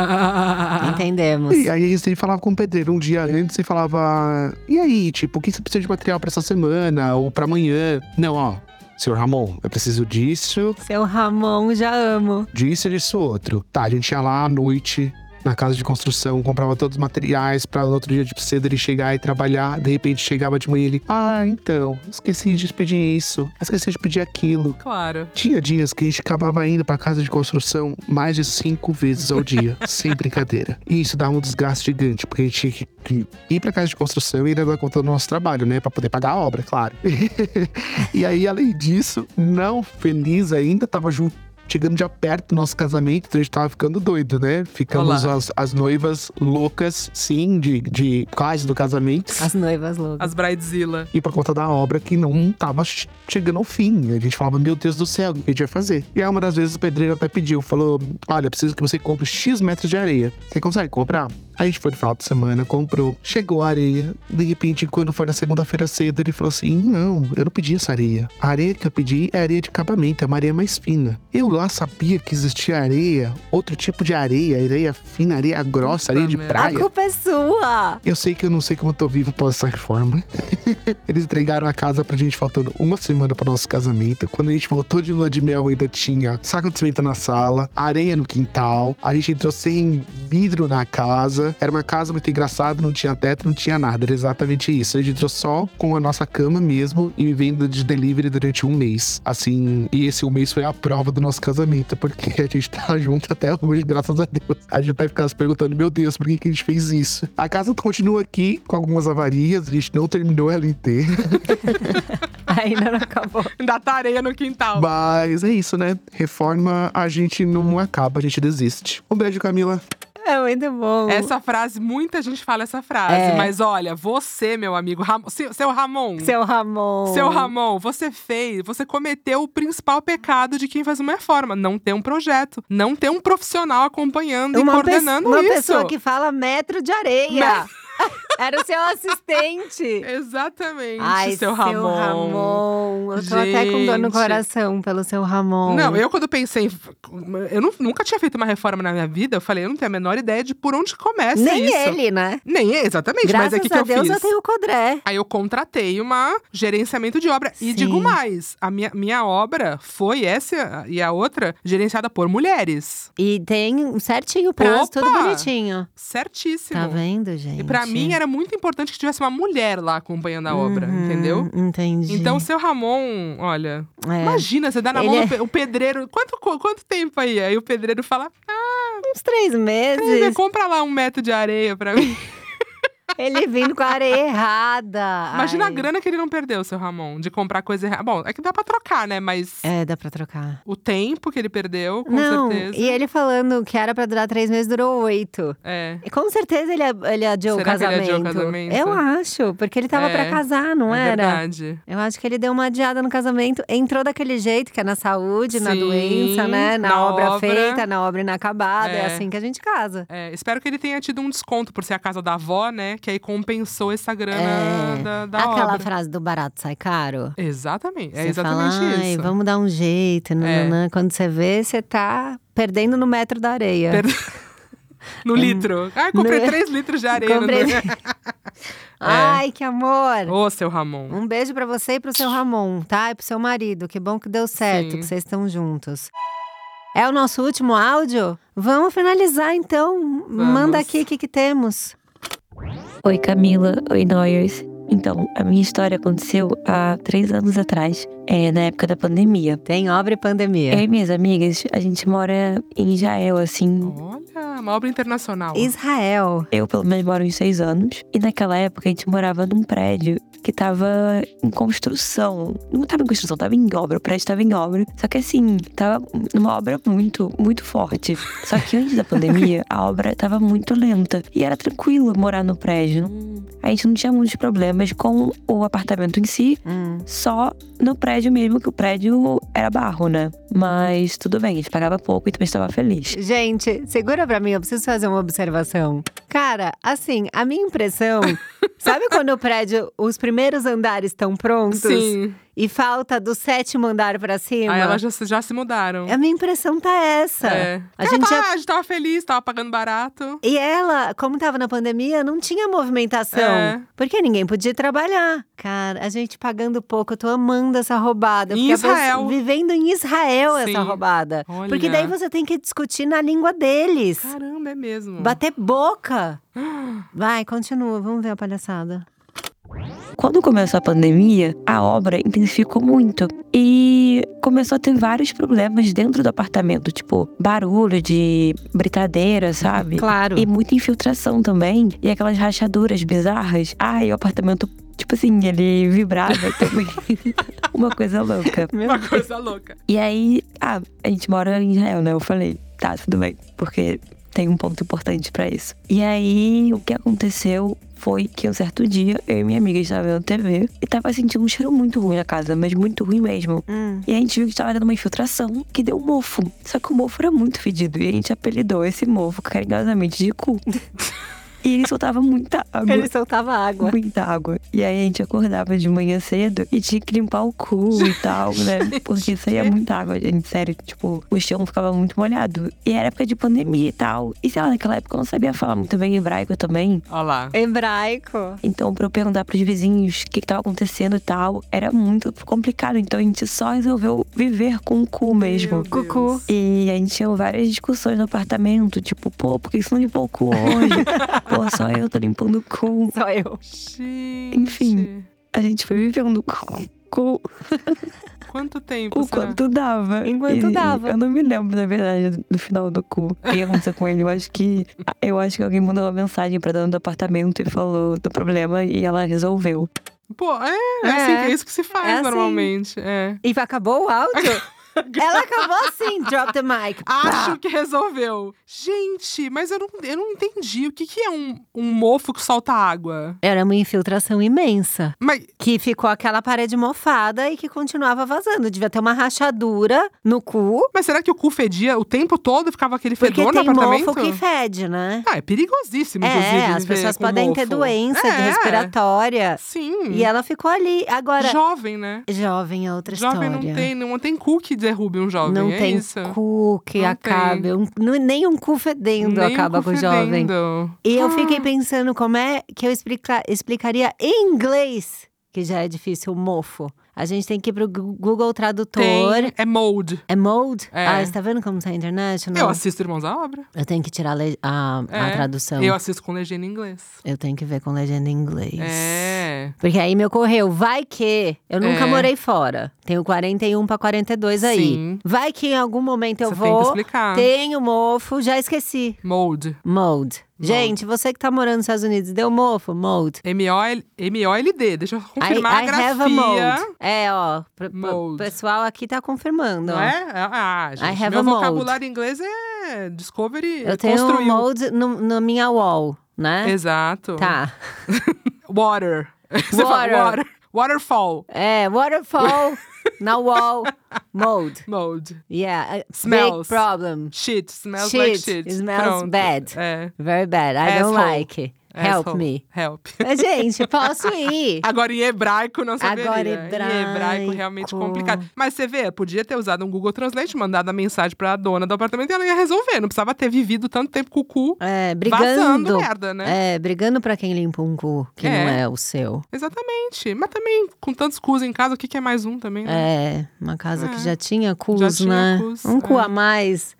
[SPEAKER 2] Ah.
[SPEAKER 1] Entendemos.
[SPEAKER 10] E aí você falava com o pedreiro um dia antes e falava: E aí, tipo, o que você precisa de material pra essa semana ou pra amanhã? Não, ó, senhor Ramon, eu preciso disso,
[SPEAKER 1] Seu Ramon, já amo.
[SPEAKER 10] disso e disso outro. Tá, a gente ia lá à noite na casa de construção, comprava todos os materiais pra no outro dia de cedo ele chegar e trabalhar. De repente chegava de manhã e ele: Ah, então, esqueci de pedir isso, esqueci de pedir aquilo.
[SPEAKER 2] Claro.
[SPEAKER 10] Tinha dias que a gente acabava indo pra casa de construção mais de cinco vezes ao dia, sem brincadeira. E isso dava um desgaste gigante, porque a gente tinha que- que ir pra casa de construção e ainda dar conta do nosso trabalho, né? Pra poder pagar a obra, claro. e aí, além disso, não feliz ainda, tava junto. Chegando já perto do nosso casamento, então a gente tava ficando doido, né? Ficamos
[SPEAKER 2] Olá.
[SPEAKER 10] as, as noivas loucas, sim, de, de quase do casamento.
[SPEAKER 1] As noivas loucas.
[SPEAKER 2] As Bridezilla.
[SPEAKER 10] E por conta da obra que não tava che- chegando ao fim. A gente falava, meu Deus do céu, o que a gente vai fazer? E aí uma das vezes o pedreiro até pediu, falou: Olha, preciso que você compre X metros de areia. Você consegue comprar? Aí a gente foi no final de semana, comprou, chegou a areia. De repente, quando foi na segunda-feira cedo, ele falou assim: Não, eu não pedi essa areia. A areia que eu pedi é areia de acabamento, é uma areia mais fina. Eu lá sabia que existia areia, outro tipo de areia, areia fina, areia grossa,
[SPEAKER 2] Puta
[SPEAKER 10] areia de
[SPEAKER 2] merda.
[SPEAKER 1] A
[SPEAKER 10] praia.
[SPEAKER 1] culpa é sua.
[SPEAKER 10] Eu sei que eu não sei como eu tô vivo após essa reforma. Eles entregaram a casa pra gente faltando uma semana pro nosso casamento. Quando a gente voltou de lua de mel, ainda tinha saco de cimento na sala, areia no quintal. A gente entrou sem vidro na casa. Era uma casa muito engraçada, não tinha teto, não tinha nada. Era exatamente isso. A gente entrou só com a nossa cama mesmo e vivendo de delivery durante um mês. Assim, e esse um mês foi a prova do nosso casamento, porque a gente tá junto até hoje, graças a Deus. A gente vai ficar se perguntando, meu Deus, por que, que a gente fez isso? A casa continua aqui com algumas avarias, a gente não terminou ela inteira.
[SPEAKER 1] Ainda não acabou.
[SPEAKER 2] Ainda tá areia no quintal.
[SPEAKER 10] Mas é isso, né? Reforma a gente não acaba, a gente desiste. Um beijo, Camila.
[SPEAKER 1] É muito bom.
[SPEAKER 2] Essa frase, muita gente fala essa frase.
[SPEAKER 1] É.
[SPEAKER 2] Mas olha, você, meu amigo, Ram- se- seu Ramon.
[SPEAKER 1] Seu Ramon.
[SPEAKER 2] Seu Ramon, você fez, você cometeu o principal pecado de quem faz uma reforma: não ter um projeto, não ter um profissional acompanhando e
[SPEAKER 1] Uma, pe-
[SPEAKER 2] tá coordenando
[SPEAKER 1] uma
[SPEAKER 2] isso.
[SPEAKER 1] pessoa que fala metro de areia. Era o seu assistente.
[SPEAKER 2] Exatamente,
[SPEAKER 1] Ai,
[SPEAKER 2] seu Ramon.
[SPEAKER 1] Ramon. Eu tô até com dor no
[SPEAKER 2] Gente.
[SPEAKER 1] coração pelo seu Ramon.
[SPEAKER 2] Não, eu quando pensei, em- eu nu- nunca tinha feito uma reforma na minha vida, eu falei, eu não tenho a menor ideia de por onde começa
[SPEAKER 1] Nem
[SPEAKER 2] isso.
[SPEAKER 1] ele, né?
[SPEAKER 2] Nem ele, exatamente,
[SPEAKER 1] Graças
[SPEAKER 2] mas é o que, que
[SPEAKER 1] a
[SPEAKER 2] eu
[SPEAKER 1] Deus
[SPEAKER 2] fiz.
[SPEAKER 1] eu tenho o Codré.
[SPEAKER 2] Aí eu contratei uma gerenciamento de obra. E
[SPEAKER 1] Sim.
[SPEAKER 2] digo mais, a minha, minha obra foi essa e a outra gerenciada por mulheres.
[SPEAKER 1] E tem um certinho o prazo,
[SPEAKER 2] Opa!
[SPEAKER 1] tudo bonitinho.
[SPEAKER 2] Certíssimo.
[SPEAKER 1] Tá vendo, gente?
[SPEAKER 2] E pra mim é era muito importante que tivesse uma mulher lá acompanhando a obra,
[SPEAKER 1] Uhum,
[SPEAKER 2] entendeu?
[SPEAKER 1] Entendi.
[SPEAKER 2] Então, seu Ramon, olha,
[SPEAKER 1] é.
[SPEAKER 2] imagina, você dá na
[SPEAKER 1] Ele
[SPEAKER 2] mão
[SPEAKER 1] é-
[SPEAKER 2] do pe- o pedreiro. Quanto, co- quanto tempo aí? Aí o pedreiro fala:
[SPEAKER 1] uns três
[SPEAKER 2] "Você
[SPEAKER 1] meses,
[SPEAKER 2] compra lá um metro de areia pra mim.
[SPEAKER 1] ele vindo com a areia errada.
[SPEAKER 2] Imagina a
[SPEAKER 1] Ai.
[SPEAKER 2] grana que ele não perdeu, seu Ramon, de comprar coisa errada. Bom, é que dá pra trocar, né? Mas
[SPEAKER 1] É, dá pra trocar.
[SPEAKER 2] o tempo que ele perdeu, com
[SPEAKER 1] Não,
[SPEAKER 2] certeza.
[SPEAKER 1] e é ele falando que era pra durar três meses, durou oito.
[SPEAKER 2] É.
[SPEAKER 1] E com certeza ele, a- ele adiou o
[SPEAKER 2] Será que ele
[SPEAKER 1] casamento.
[SPEAKER 2] adiou o casamento?
[SPEAKER 1] Eu acho, porque ele tava
[SPEAKER 2] É,
[SPEAKER 1] pra casar, não
[SPEAKER 2] é
[SPEAKER 1] era?
[SPEAKER 2] Verdade.
[SPEAKER 1] Eu acho que ele deu uma adiada no casamento, entrou daquele jeito, que é na saúde, na
[SPEAKER 2] Sim,
[SPEAKER 1] doença, né? Na,
[SPEAKER 2] na
[SPEAKER 1] obra,
[SPEAKER 2] obra.
[SPEAKER 1] feita, na obra inacabada. É.
[SPEAKER 2] É.
[SPEAKER 1] assim que a gente casa.
[SPEAKER 2] É, espero que ele tenha tido um desconto por ser a casa da avó, né? Que aí compensou essa grana
[SPEAKER 1] É.
[SPEAKER 2] da, da
[SPEAKER 1] Aquela
[SPEAKER 2] obra.
[SPEAKER 1] frase do barato sai caro.
[SPEAKER 2] Exatamente. É
[SPEAKER 1] Você
[SPEAKER 2] exatamente
[SPEAKER 1] fala, "Ai,
[SPEAKER 2] isso. É.
[SPEAKER 1] vamos dar um jeito, nananã. Quando você vê, você tá perdendo no metro da areia.
[SPEAKER 2] Per- No litro. Ai, comprei
[SPEAKER 1] No-
[SPEAKER 2] 3 litros de areia.
[SPEAKER 1] Comprei-
[SPEAKER 2] Comprei...
[SPEAKER 1] Ai, que amor!
[SPEAKER 2] Ô, seu Ramon.
[SPEAKER 1] Um beijo pra você e pro seu Ramon, tá? E pro seu marido. Que bom que deu certo,
[SPEAKER 2] Sim.
[SPEAKER 1] que vocês estão juntos. É o nosso último áudio? Vamos finalizar então. Manda aqui o que, que temos.
[SPEAKER 11] Oi Camila, oi Noyers. Então, a minha história aconteceu há três anos atrás, é, na época da pandemia.
[SPEAKER 1] Tem obra e pandemia.
[SPEAKER 11] Eu e minhas amigas, a gente mora em Israel, assim.
[SPEAKER 1] Oh.
[SPEAKER 2] Olha, uma obra internacional.
[SPEAKER 1] Israel.
[SPEAKER 11] Eu, pelo menos, moro uns seis anos. E naquela época, a gente morava num prédio que tava em construção. Não tava em construção, tava em obra. O prédio tava em obra. Só que, assim, tava numa obra muito, muito forte. Só que antes da pandemia, a obra tava muito lenta. E era tranquilo morar no prédio.
[SPEAKER 1] Hum.
[SPEAKER 11] A gente não tinha muitos problemas com o apartamento em si,
[SPEAKER 1] Hum.
[SPEAKER 11] só no prédio mesmo, que o prédio era barro, né? Mas tudo bem, a gente pagava pouco e também estava feliz.
[SPEAKER 1] Gente, segura pra mim, eu preciso fazer uma observação. Cara, assim, a minha impressão. sabe quando o prédio, os primeiros andares estão prontos?
[SPEAKER 2] Sim.
[SPEAKER 1] e falta do sétimo andar pra cima.
[SPEAKER 2] Aí elas já, se- já se mudaram.
[SPEAKER 1] A minha impressão tá essa.
[SPEAKER 2] É.
[SPEAKER 1] A
[SPEAKER 2] Cara, tá,
[SPEAKER 1] gente já-
[SPEAKER 2] a gente tava feliz, tava pagando barato.
[SPEAKER 1] E ela, como tava na pandemia, não tinha movimentação.
[SPEAKER 2] É.
[SPEAKER 1] Porque ninguém podia trabalhar. Cara, a gente pagando pouco, eu tô amando essa roubada.
[SPEAKER 2] Em
[SPEAKER 1] porque a pessoa-
[SPEAKER 2] Israel.
[SPEAKER 1] Vivendo em Israel
[SPEAKER 2] Sim.
[SPEAKER 1] essa roubada.
[SPEAKER 2] Olha.
[SPEAKER 1] Porque daí você tem que discutir na língua deles.
[SPEAKER 2] Caramba, é mesmo.
[SPEAKER 1] Bater boca. Vai, continua, vamos ver a palhaçada.
[SPEAKER 11] Quando começou a pandemia, a obra intensificou muito e começou a ter vários problemas dentro do apartamento, tipo barulho de britadeira, sabe?
[SPEAKER 1] Claro.
[SPEAKER 11] E muita infiltração também, e aquelas rachaduras bizarras. Ai, o apartamento, tipo assim, ele vibrava também. Uma coisa louca.
[SPEAKER 2] Uma coisa louca.
[SPEAKER 11] E aí, ah, a gente mora em Israel, né? Eu falei, tá, tudo bem, porque tem um ponto importante pra isso. E aí, o que aconteceu foi que um certo dia eu e minha amiga estávamos vendo TV e tava sentindo um cheiro muito ruim na casa, mas muito ruim mesmo.
[SPEAKER 1] Hum.
[SPEAKER 11] E a gente viu que estava dando uma infiltração que deu um mofo. Só que o mofo era muito fedido e a gente apelidou esse mofo carinhosamente de cu. e ele soltava muita água.
[SPEAKER 1] Ele soltava água.
[SPEAKER 11] Muita água. E aí a gente acordava de manhã cedo e tinha que limpar o cu e tal, né? Porque saía muita água, gente. Sério, tipo, o chão ficava muito molhado. E era época de pandemia e tal. E sei lá, naquela época eu não sabia falar muito bem hebraico também.
[SPEAKER 2] Olha lá.
[SPEAKER 1] Hebraico.
[SPEAKER 11] Então, pra eu perguntar pros vizinhos o que, que tava acontecendo e tal, era muito complicado. Então a gente só resolveu viver com o cu mesmo.
[SPEAKER 1] Cucu.
[SPEAKER 11] E a gente tinha várias discussões no apartamento, tipo, pô, por que você não limpou o cu hoje? pô, só eu tô limpando o cu.
[SPEAKER 1] Só eu.
[SPEAKER 2] Gente.
[SPEAKER 11] Enfim. A gente foi vivendo com, com,
[SPEAKER 2] Quanto tempo?
[SPEAKER 11] com
[SPEAKER 2] será?
[SPEAKER 11] quanto dava.
[SPEAKER 1] Enquanto
[SPEAKER 11] E-
[SPEAKER 1] dava.
[SPEAKER 11] Eu não me lembro, na verdade, do final do cu. O que aconteceu com ele? Eu acho que. Eu acho que alguém mandou uma mensagem pra dona do apartamento e falou do problema e ela resolveu.
[SPEAKER 2] Pô, é, é,
[SPEAKER 1] É.
[SPEAKER 2] assim que- é isso que se faz
[SPEAKER 1] É assim.
[SPEAKER 2] normalmente. É.
[SPEAKER 1] E acabou o áudio? Ela acabou assim, drop the mic.
[SPEAKER 2] Acho que resolveu. Gente, mas eu não, eu não entendi. O que, que é um, um mofo que solta água?
[SPEAKER 1] Era uma infiltração imensa.
[SPEAKER 2] Mas
[SPEAKER 1] Que ficou aquela parede mofada e que continuava vazando. Devia ter uma rachadura no cu.
[SPEAKER 2] Mas será que o cu fedia o tempo todo e ficava aquele
[SPEAKER 1] Porque
[SPEAKER 2] fedor no
[SPEAKER 1] tem
[SPEAKER 2] apartamento?
[SPEAKER 1] mofo que fede, né?
[SPEAKER 2] Ah, é perigosíssimo, inclusive.
[SPEAKER 1] É, as
[SPEAKER 2] viver
[SPEAKER 1] pessoas
[SPEAKER 2] com
[SPEAKER 1] podem ter
[SPEAKER 2] mofo.
[SPEAKER 1] doença de
[SPEAKER 2] É,
[SPEAKER 1] respiratória.
[SPEAKER 2] Sim.
[SPEAKER 1] E ela ficou ali. Agora,
[SPEAKER 2] Jovem, né?
[SPEAKER 1] jovem é outra
[SPEAKER 2] Jovem
[SPEAKER 1] história.
[SPEAKER 2] não tem, não tem cu que derrube um jovem.
[SPEAKER 1] Não
[SPEAKER 2] é
[SPEAKER 1] tem
[SPEAKER 2] isso.
[SPEAKER 1] cu que
[SPEAKER 2] Não
[SPEAKER 1] acabe. um- nu- nem um cu fedendo
[SPEAKER 2] Nem
[SPEAKER 1] acaba
[SPEAKER 2] cu
[SPEAKER 1] com o jovem.
[SPEAKER 2] fedendo. Ah.
[SPEAKER 1] E eu fiquei pensando como é que eu explica- explicaria em inglês, que já é difícil, o mofo. A gente tem que ir pro Gu- Google Tradutor.
[SPEAKER 2] Tem, é molde.
[SPEAKER 1] É mode?
[SPEAKER 2] É.
[SPEAKER 1] Ah, você tá vendo como tá
[SPEAKER 2] Eu
[SPEAKER 1] international?
[SPEAKER 2] assisto Irmãos à Obra.
[SPEAKER 1] Eu tenho que tirar a, le- a- a
[SPEAKER 2] É.
[SPEAKER 1] tradução.
[SPEAKER 2] Eu
[SPEAKER 1] Eu...
[SPEAKER 2] assisto com legenda em inglês.
[SPEAKER 1] tenho que ver com legenda em inglês.
[SPEAKER 2] É.
[SPEAKER 1] Porque aí me ocorreu, vai que. Eu nunca
[SPEAKER 2] É.
[SPEAKER 1] morei fora. Tenho 41 pra 42 aí.
[SPEAKER 2] Sim.
[SPEAKER 1] Vai que em algum momento eu
[SPEAKER 2] Você tem que
[SPEAKER 1] vou.
[SPEAKER 2] explicar.
[SPEAKER 1] Tenho mofo, já esqueci.
[SPEAKER 2] Mold.
[SPEAKER 1] Mode. Gente, você que tá morando nos Estados Unidos, deu mofo? Mode.
[SPEAKER 2] M-O-L-D. Deixa eu
[SPEAKER 1] I,
[SPEAKER 2] confirmar a
[SPEAKER 1] I
[SPEAKER 2] grafia.
[SPEAKER 1] have a mold. É, ó. pro- pro- O
[SPEAKER 2] Mold.
[SPEAKER 1] pessoal aqui tá confirmando.
[SPEAKER 2] Não
[SPEAKER 1] ó.
[SPEAKER 2] é? Ah, gente.
[SPEAKER 1] have
[SPEAKER 2] meu
[SPEAKER 1] a mold.
[SPEAKER 2] vocabulário em inglês é Discovery
[SPEAKER 1] Eu tenho um
[SPEAKER 2] construiu.
[SPEAKER 1] mold no- na minha wall, né?
[SPEAKER 2] Exato.
[SPEAKER 1] Tá.
[SPEAKER 2] Water. Você fala
[SPEAKER 1] Water.
[SPEAKER 2] water. Waterfall.
[SPEAKER 1] É, waterfall na wall mold.
[SPEAKER 2] Mold.
[SPEAKER 1] Yeah, a
[SPEAKER 2] Smells.
[SPEAKER 1] big problem.
[SPEAKER 2] Shit. Smells like
[SPEAKER 1] Shit.
[SPEAKER 2] shit.
[SPEAKER 1] Smells
[SPEAKER 2] Pronto.
[SPEAKER 1] bad.
[SPEAKER 2] É.
[SPEAKER 1] Very bad. I don't
[SPEAKER 2] Asshole.
[SPEAKER 1] like. Help
[SPEAKER 2] Asshole.
[SPEAKER 1] me.
[SPEAKER 2] Help.
[SPEAKER 1] Mas, gente, posso ir.
[SPEAKER 2] Agora em hebraico não saberia.
[SPEAKER 1] Agora,
[SPEAKER 2] Em hebraico realmente
[SPEAKER 1] hebraico.
[SPEAKER 2] complicado. Mas você vê, podia ter usado um Google Translate, mandado a mensagem pra dona do apartamento e ela ia resolver. Não precisava ter vivido tanto tempo com o cu
[SPEAKER 1] É,
[SPEAKER 2] vazando
[SPEAKER 1] brigando.
[SPEAKER 2] merda, né?
[SPEAKER 1] É, brigando pra quem limpa um cu que
[SPEAKER 2] É.
[SPEAKER 1] não é o seu.
[SPEAKER 2] Exatamente. Mas também, com tantos cus em casa, o que, que é mais um também, né?
[SPEAKER 1] É, uma casa que
[SPEAKER 2] É.
[SPEAKER 1] já tinha cus,
[SPEAKER 2] Já tinha
[SPEAKER 1] né?
[SPEAKER 2] cus,
[SPEAKER 1] um cu
[SPEAKER 2] é.
[SPEAKER 1] a mais.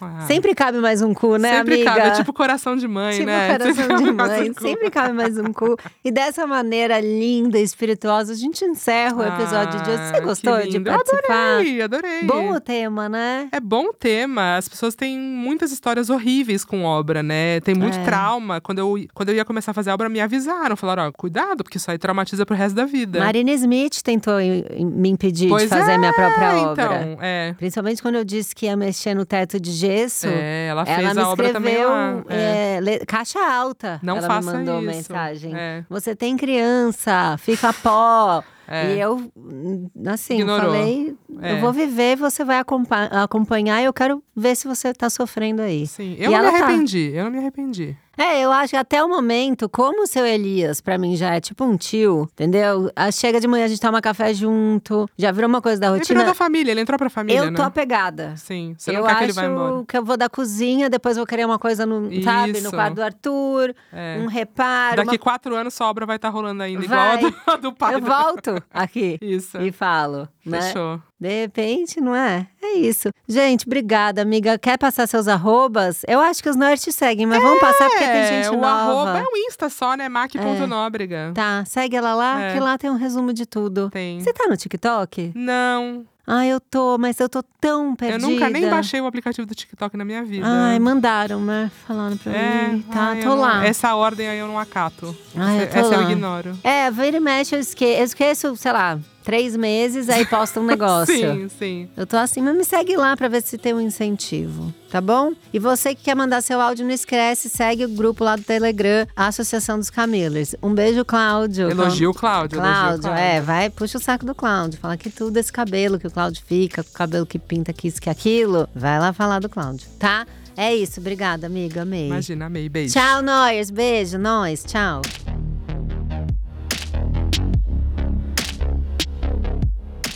[SPEAKER 2] Ah,
[SPEAKER 1] Sempre cabe mais um cu, né,
[SPEAKER 2] sempre
[SPEAKER 1] amiga?
[SPEAKER 2] cabe. É tipo coração de mãe,
[SPEAKER 1] Tipo
[SPEAKER 2] né?
[SPEAKER 1] coração
[SPEAKER 2] Sempre
[SPEAKER 1] de
[SPEAKER 2] cabe mais
[SPEAKER 1] mãe,
[SPEAKER 2] um cu.
[SPEAKER 1] sempre cabe mais um cu. E dessa maneira linda, e espirituosa, a gente encerra o episódio de hoje.
[SPEAKER 2] Ah,
[SPEAKER 1] Você
[SPEAKER 2] que
[SPEAKER 1] gostou de
[SPEAKER 2] lindo.
[SPEAKER 1] participar?
[SPEAKER 2] Adorei, adorei.
[SPEAKER 1] Bom o tema, né?
[SPEAKER 2] É bom o tema. As pessoas têm muitas histórias horríveis com obra, né? Tem muito
[SPEAKER 1] É.
[SPEAKER 2] trauma. Quando eu, quando eu ia começar a fazer a obra, me avisaram. Falaram, ó, cuidado, porque isso aí traumatiza pro resto da vida.
[SPEAKER 1] Marina Smith tentou i- i- me impedir de
[SPEAKER 2] Pois
[SPEAKER 1] fazer minha própria
[SPEAKER 2] é,
[SPEAKER 1] obra.
[SPEAKER 2] Então, é.
[SPEAKER 1] Principalmente quando eu disse que ia mexer no teto de gesso.
[SPEAKER 2] É, ela fez
[SPEAKER 1] Ela me
[SPEAKER 2] a obra também
[SPEAKER 1] escreveu
[SPEAKER 2] lá. É.
[SPEAKER 1] é, le- caixa alta.
[SPEAKER 2] Não
[SPEAKER 1] ela
[SPEAKER 2] faça
[SPEAKER 1] me mandou
[SPEAKER 2] isso.
[SPEAKER 1] mensagem.
[SPEAKER 2] É.
[SPEAKER 1] Você tem criança, fica pó.
[SPEAKER 2] É.
[SPEAKER 1] E eu, hum, assim,
[SPEAKER 2] Ignorou.
[SPEAKER 1] falei, eu
[SPEAKER 2] É.
[SPEAKER 1] vou viver, você vai acompa- acompanhar, eu quero ver se você tá sofrendo aí.
[SPEAKER 2] Sim,
[SPEAKER 1] E
[SPEAKER 2] eu não me
[SPEAKER 1] ela tá.
[SPEAKER 2] arrependi, eu não me arrependi.
[SPEAKER 1] É, eu acho que até o momento, como o seu Elias, pra mim, já é tipo um tio, entendeu? Ah, Chega de manhã, a gente toma café junto, já virou uma coisa da
[SPEAKER 2] Ele virou
[SPEAKER 1] rotina.
[SPEAKER 2] da família, ele entrou pra família,
[SPEAKER 1] Eu tô
[SPEAKER 2] né?
[SPEAKER 1] apegada.
[SPEAKER 2] Sim, você
[SPEAKER 1] eu
[SPEAKER 2] não quer
[SPEAKER 1] acho
[SPEAKER 2] que ele vá embora.
[SPEAKER 1] que eu vou da cozinha, depois vou querer uma coisa, no, sabe, no
[SPEAKER 2] Isso.
[SPEAKER 1] quarto do Arthur,
[SPEAKER 2] É.
[SPEAKER 1] um reparo.
[SPEAKER 2] Daqui
[SPEAKER 1] uma-
[SPEAKER 2] quatro anos sua obra vai estar rolando ainda,
[SPEAKER 1] Vai.
[SPEAKER 2] igual a do, a do pai.
[SPEAKER 1] Eu
[SPEAKER 2] do-
[SPEAKER 1] volto aqui
[SPEAKER 2] Isso,
[SPEAKER 1] e falo, né?
[SPEAKER 2] fechou.
[SPEAKER 1] De repente, não é? É isso. Gente, obrigada, amiga. Quer passar seus arrobas? Eu acho que os nerds te seguem, mas vamos passar porque tem gente
[SPEAKER 2] o
[SPEAKER 1] nova. É.
[SPEAKER 2] arroba é o Insta só, né? Mac.nóbrega.
[SPEAKER 1] Tá, segue ela lá,
[SPEAKER 2] É.
[SPEAKER 1] que lá tem um resumo de tudo.
[SPEAKER 2] Tem.
[SPEAKER 1] Você tá no TikTok?
[SPEAKER 2] Não,
[SPEAKER 1] Ah, eu tô, mas eu tô tão perdida.
[SPEAKER 2] eu nunca nem baixei o aplicativo do TikTok na minha vida. É,
[SPEAKER 1] Ai, mandaram, né? Falaram pra mim. Tá,
[SPEAKER 2] ai, eu
[SPEAKER 1] tô
[SPEAKER 2] não-
[SPEAKER 1] lá.
[SPEAKER 2] Essa ordem aí eu não acato.
[SPEAKER 1] Ai, eu
[SPEAKER 2] essa
[SPEAKER 1] tô
[SPEAKER 2] essa
[SPEAKER 1] lá.
[SPEAKER 2] eu ignoro.
[SPEAKER 1] É, vira e mexe, eu esqueço, eu esqueço, sei lá, três meses, aí posta um negócio.
[SPEAKER 2] Sim, sim.
[SPEAKER 1] Eu tô assim, mas me segue lá pra ver se tem um incentivo, tá bom? E você que quer mandar seu áudio, não esquece, segue o grupo lá do Telegram, a Associação dos Camelos. Um beijo, Cláudio.
[SPEAKER 2] Elogio o Cláudio. elogio o
[SPEAKER 1] Cláudio, é, vai, puxa o saco do Cláudio. Fala que tudo é esse cabelo que o Cláudio fica, com o cabelo que pinta que isso, que aquilo. Vai lá falar do Cláudio, tá? É isso, obrigada, amiga, amei.
[SPEAKER 2] Imagina, amei. Beijo.
[SPEAKER 1] Tchau, Noyers, beijo, nós, tchau.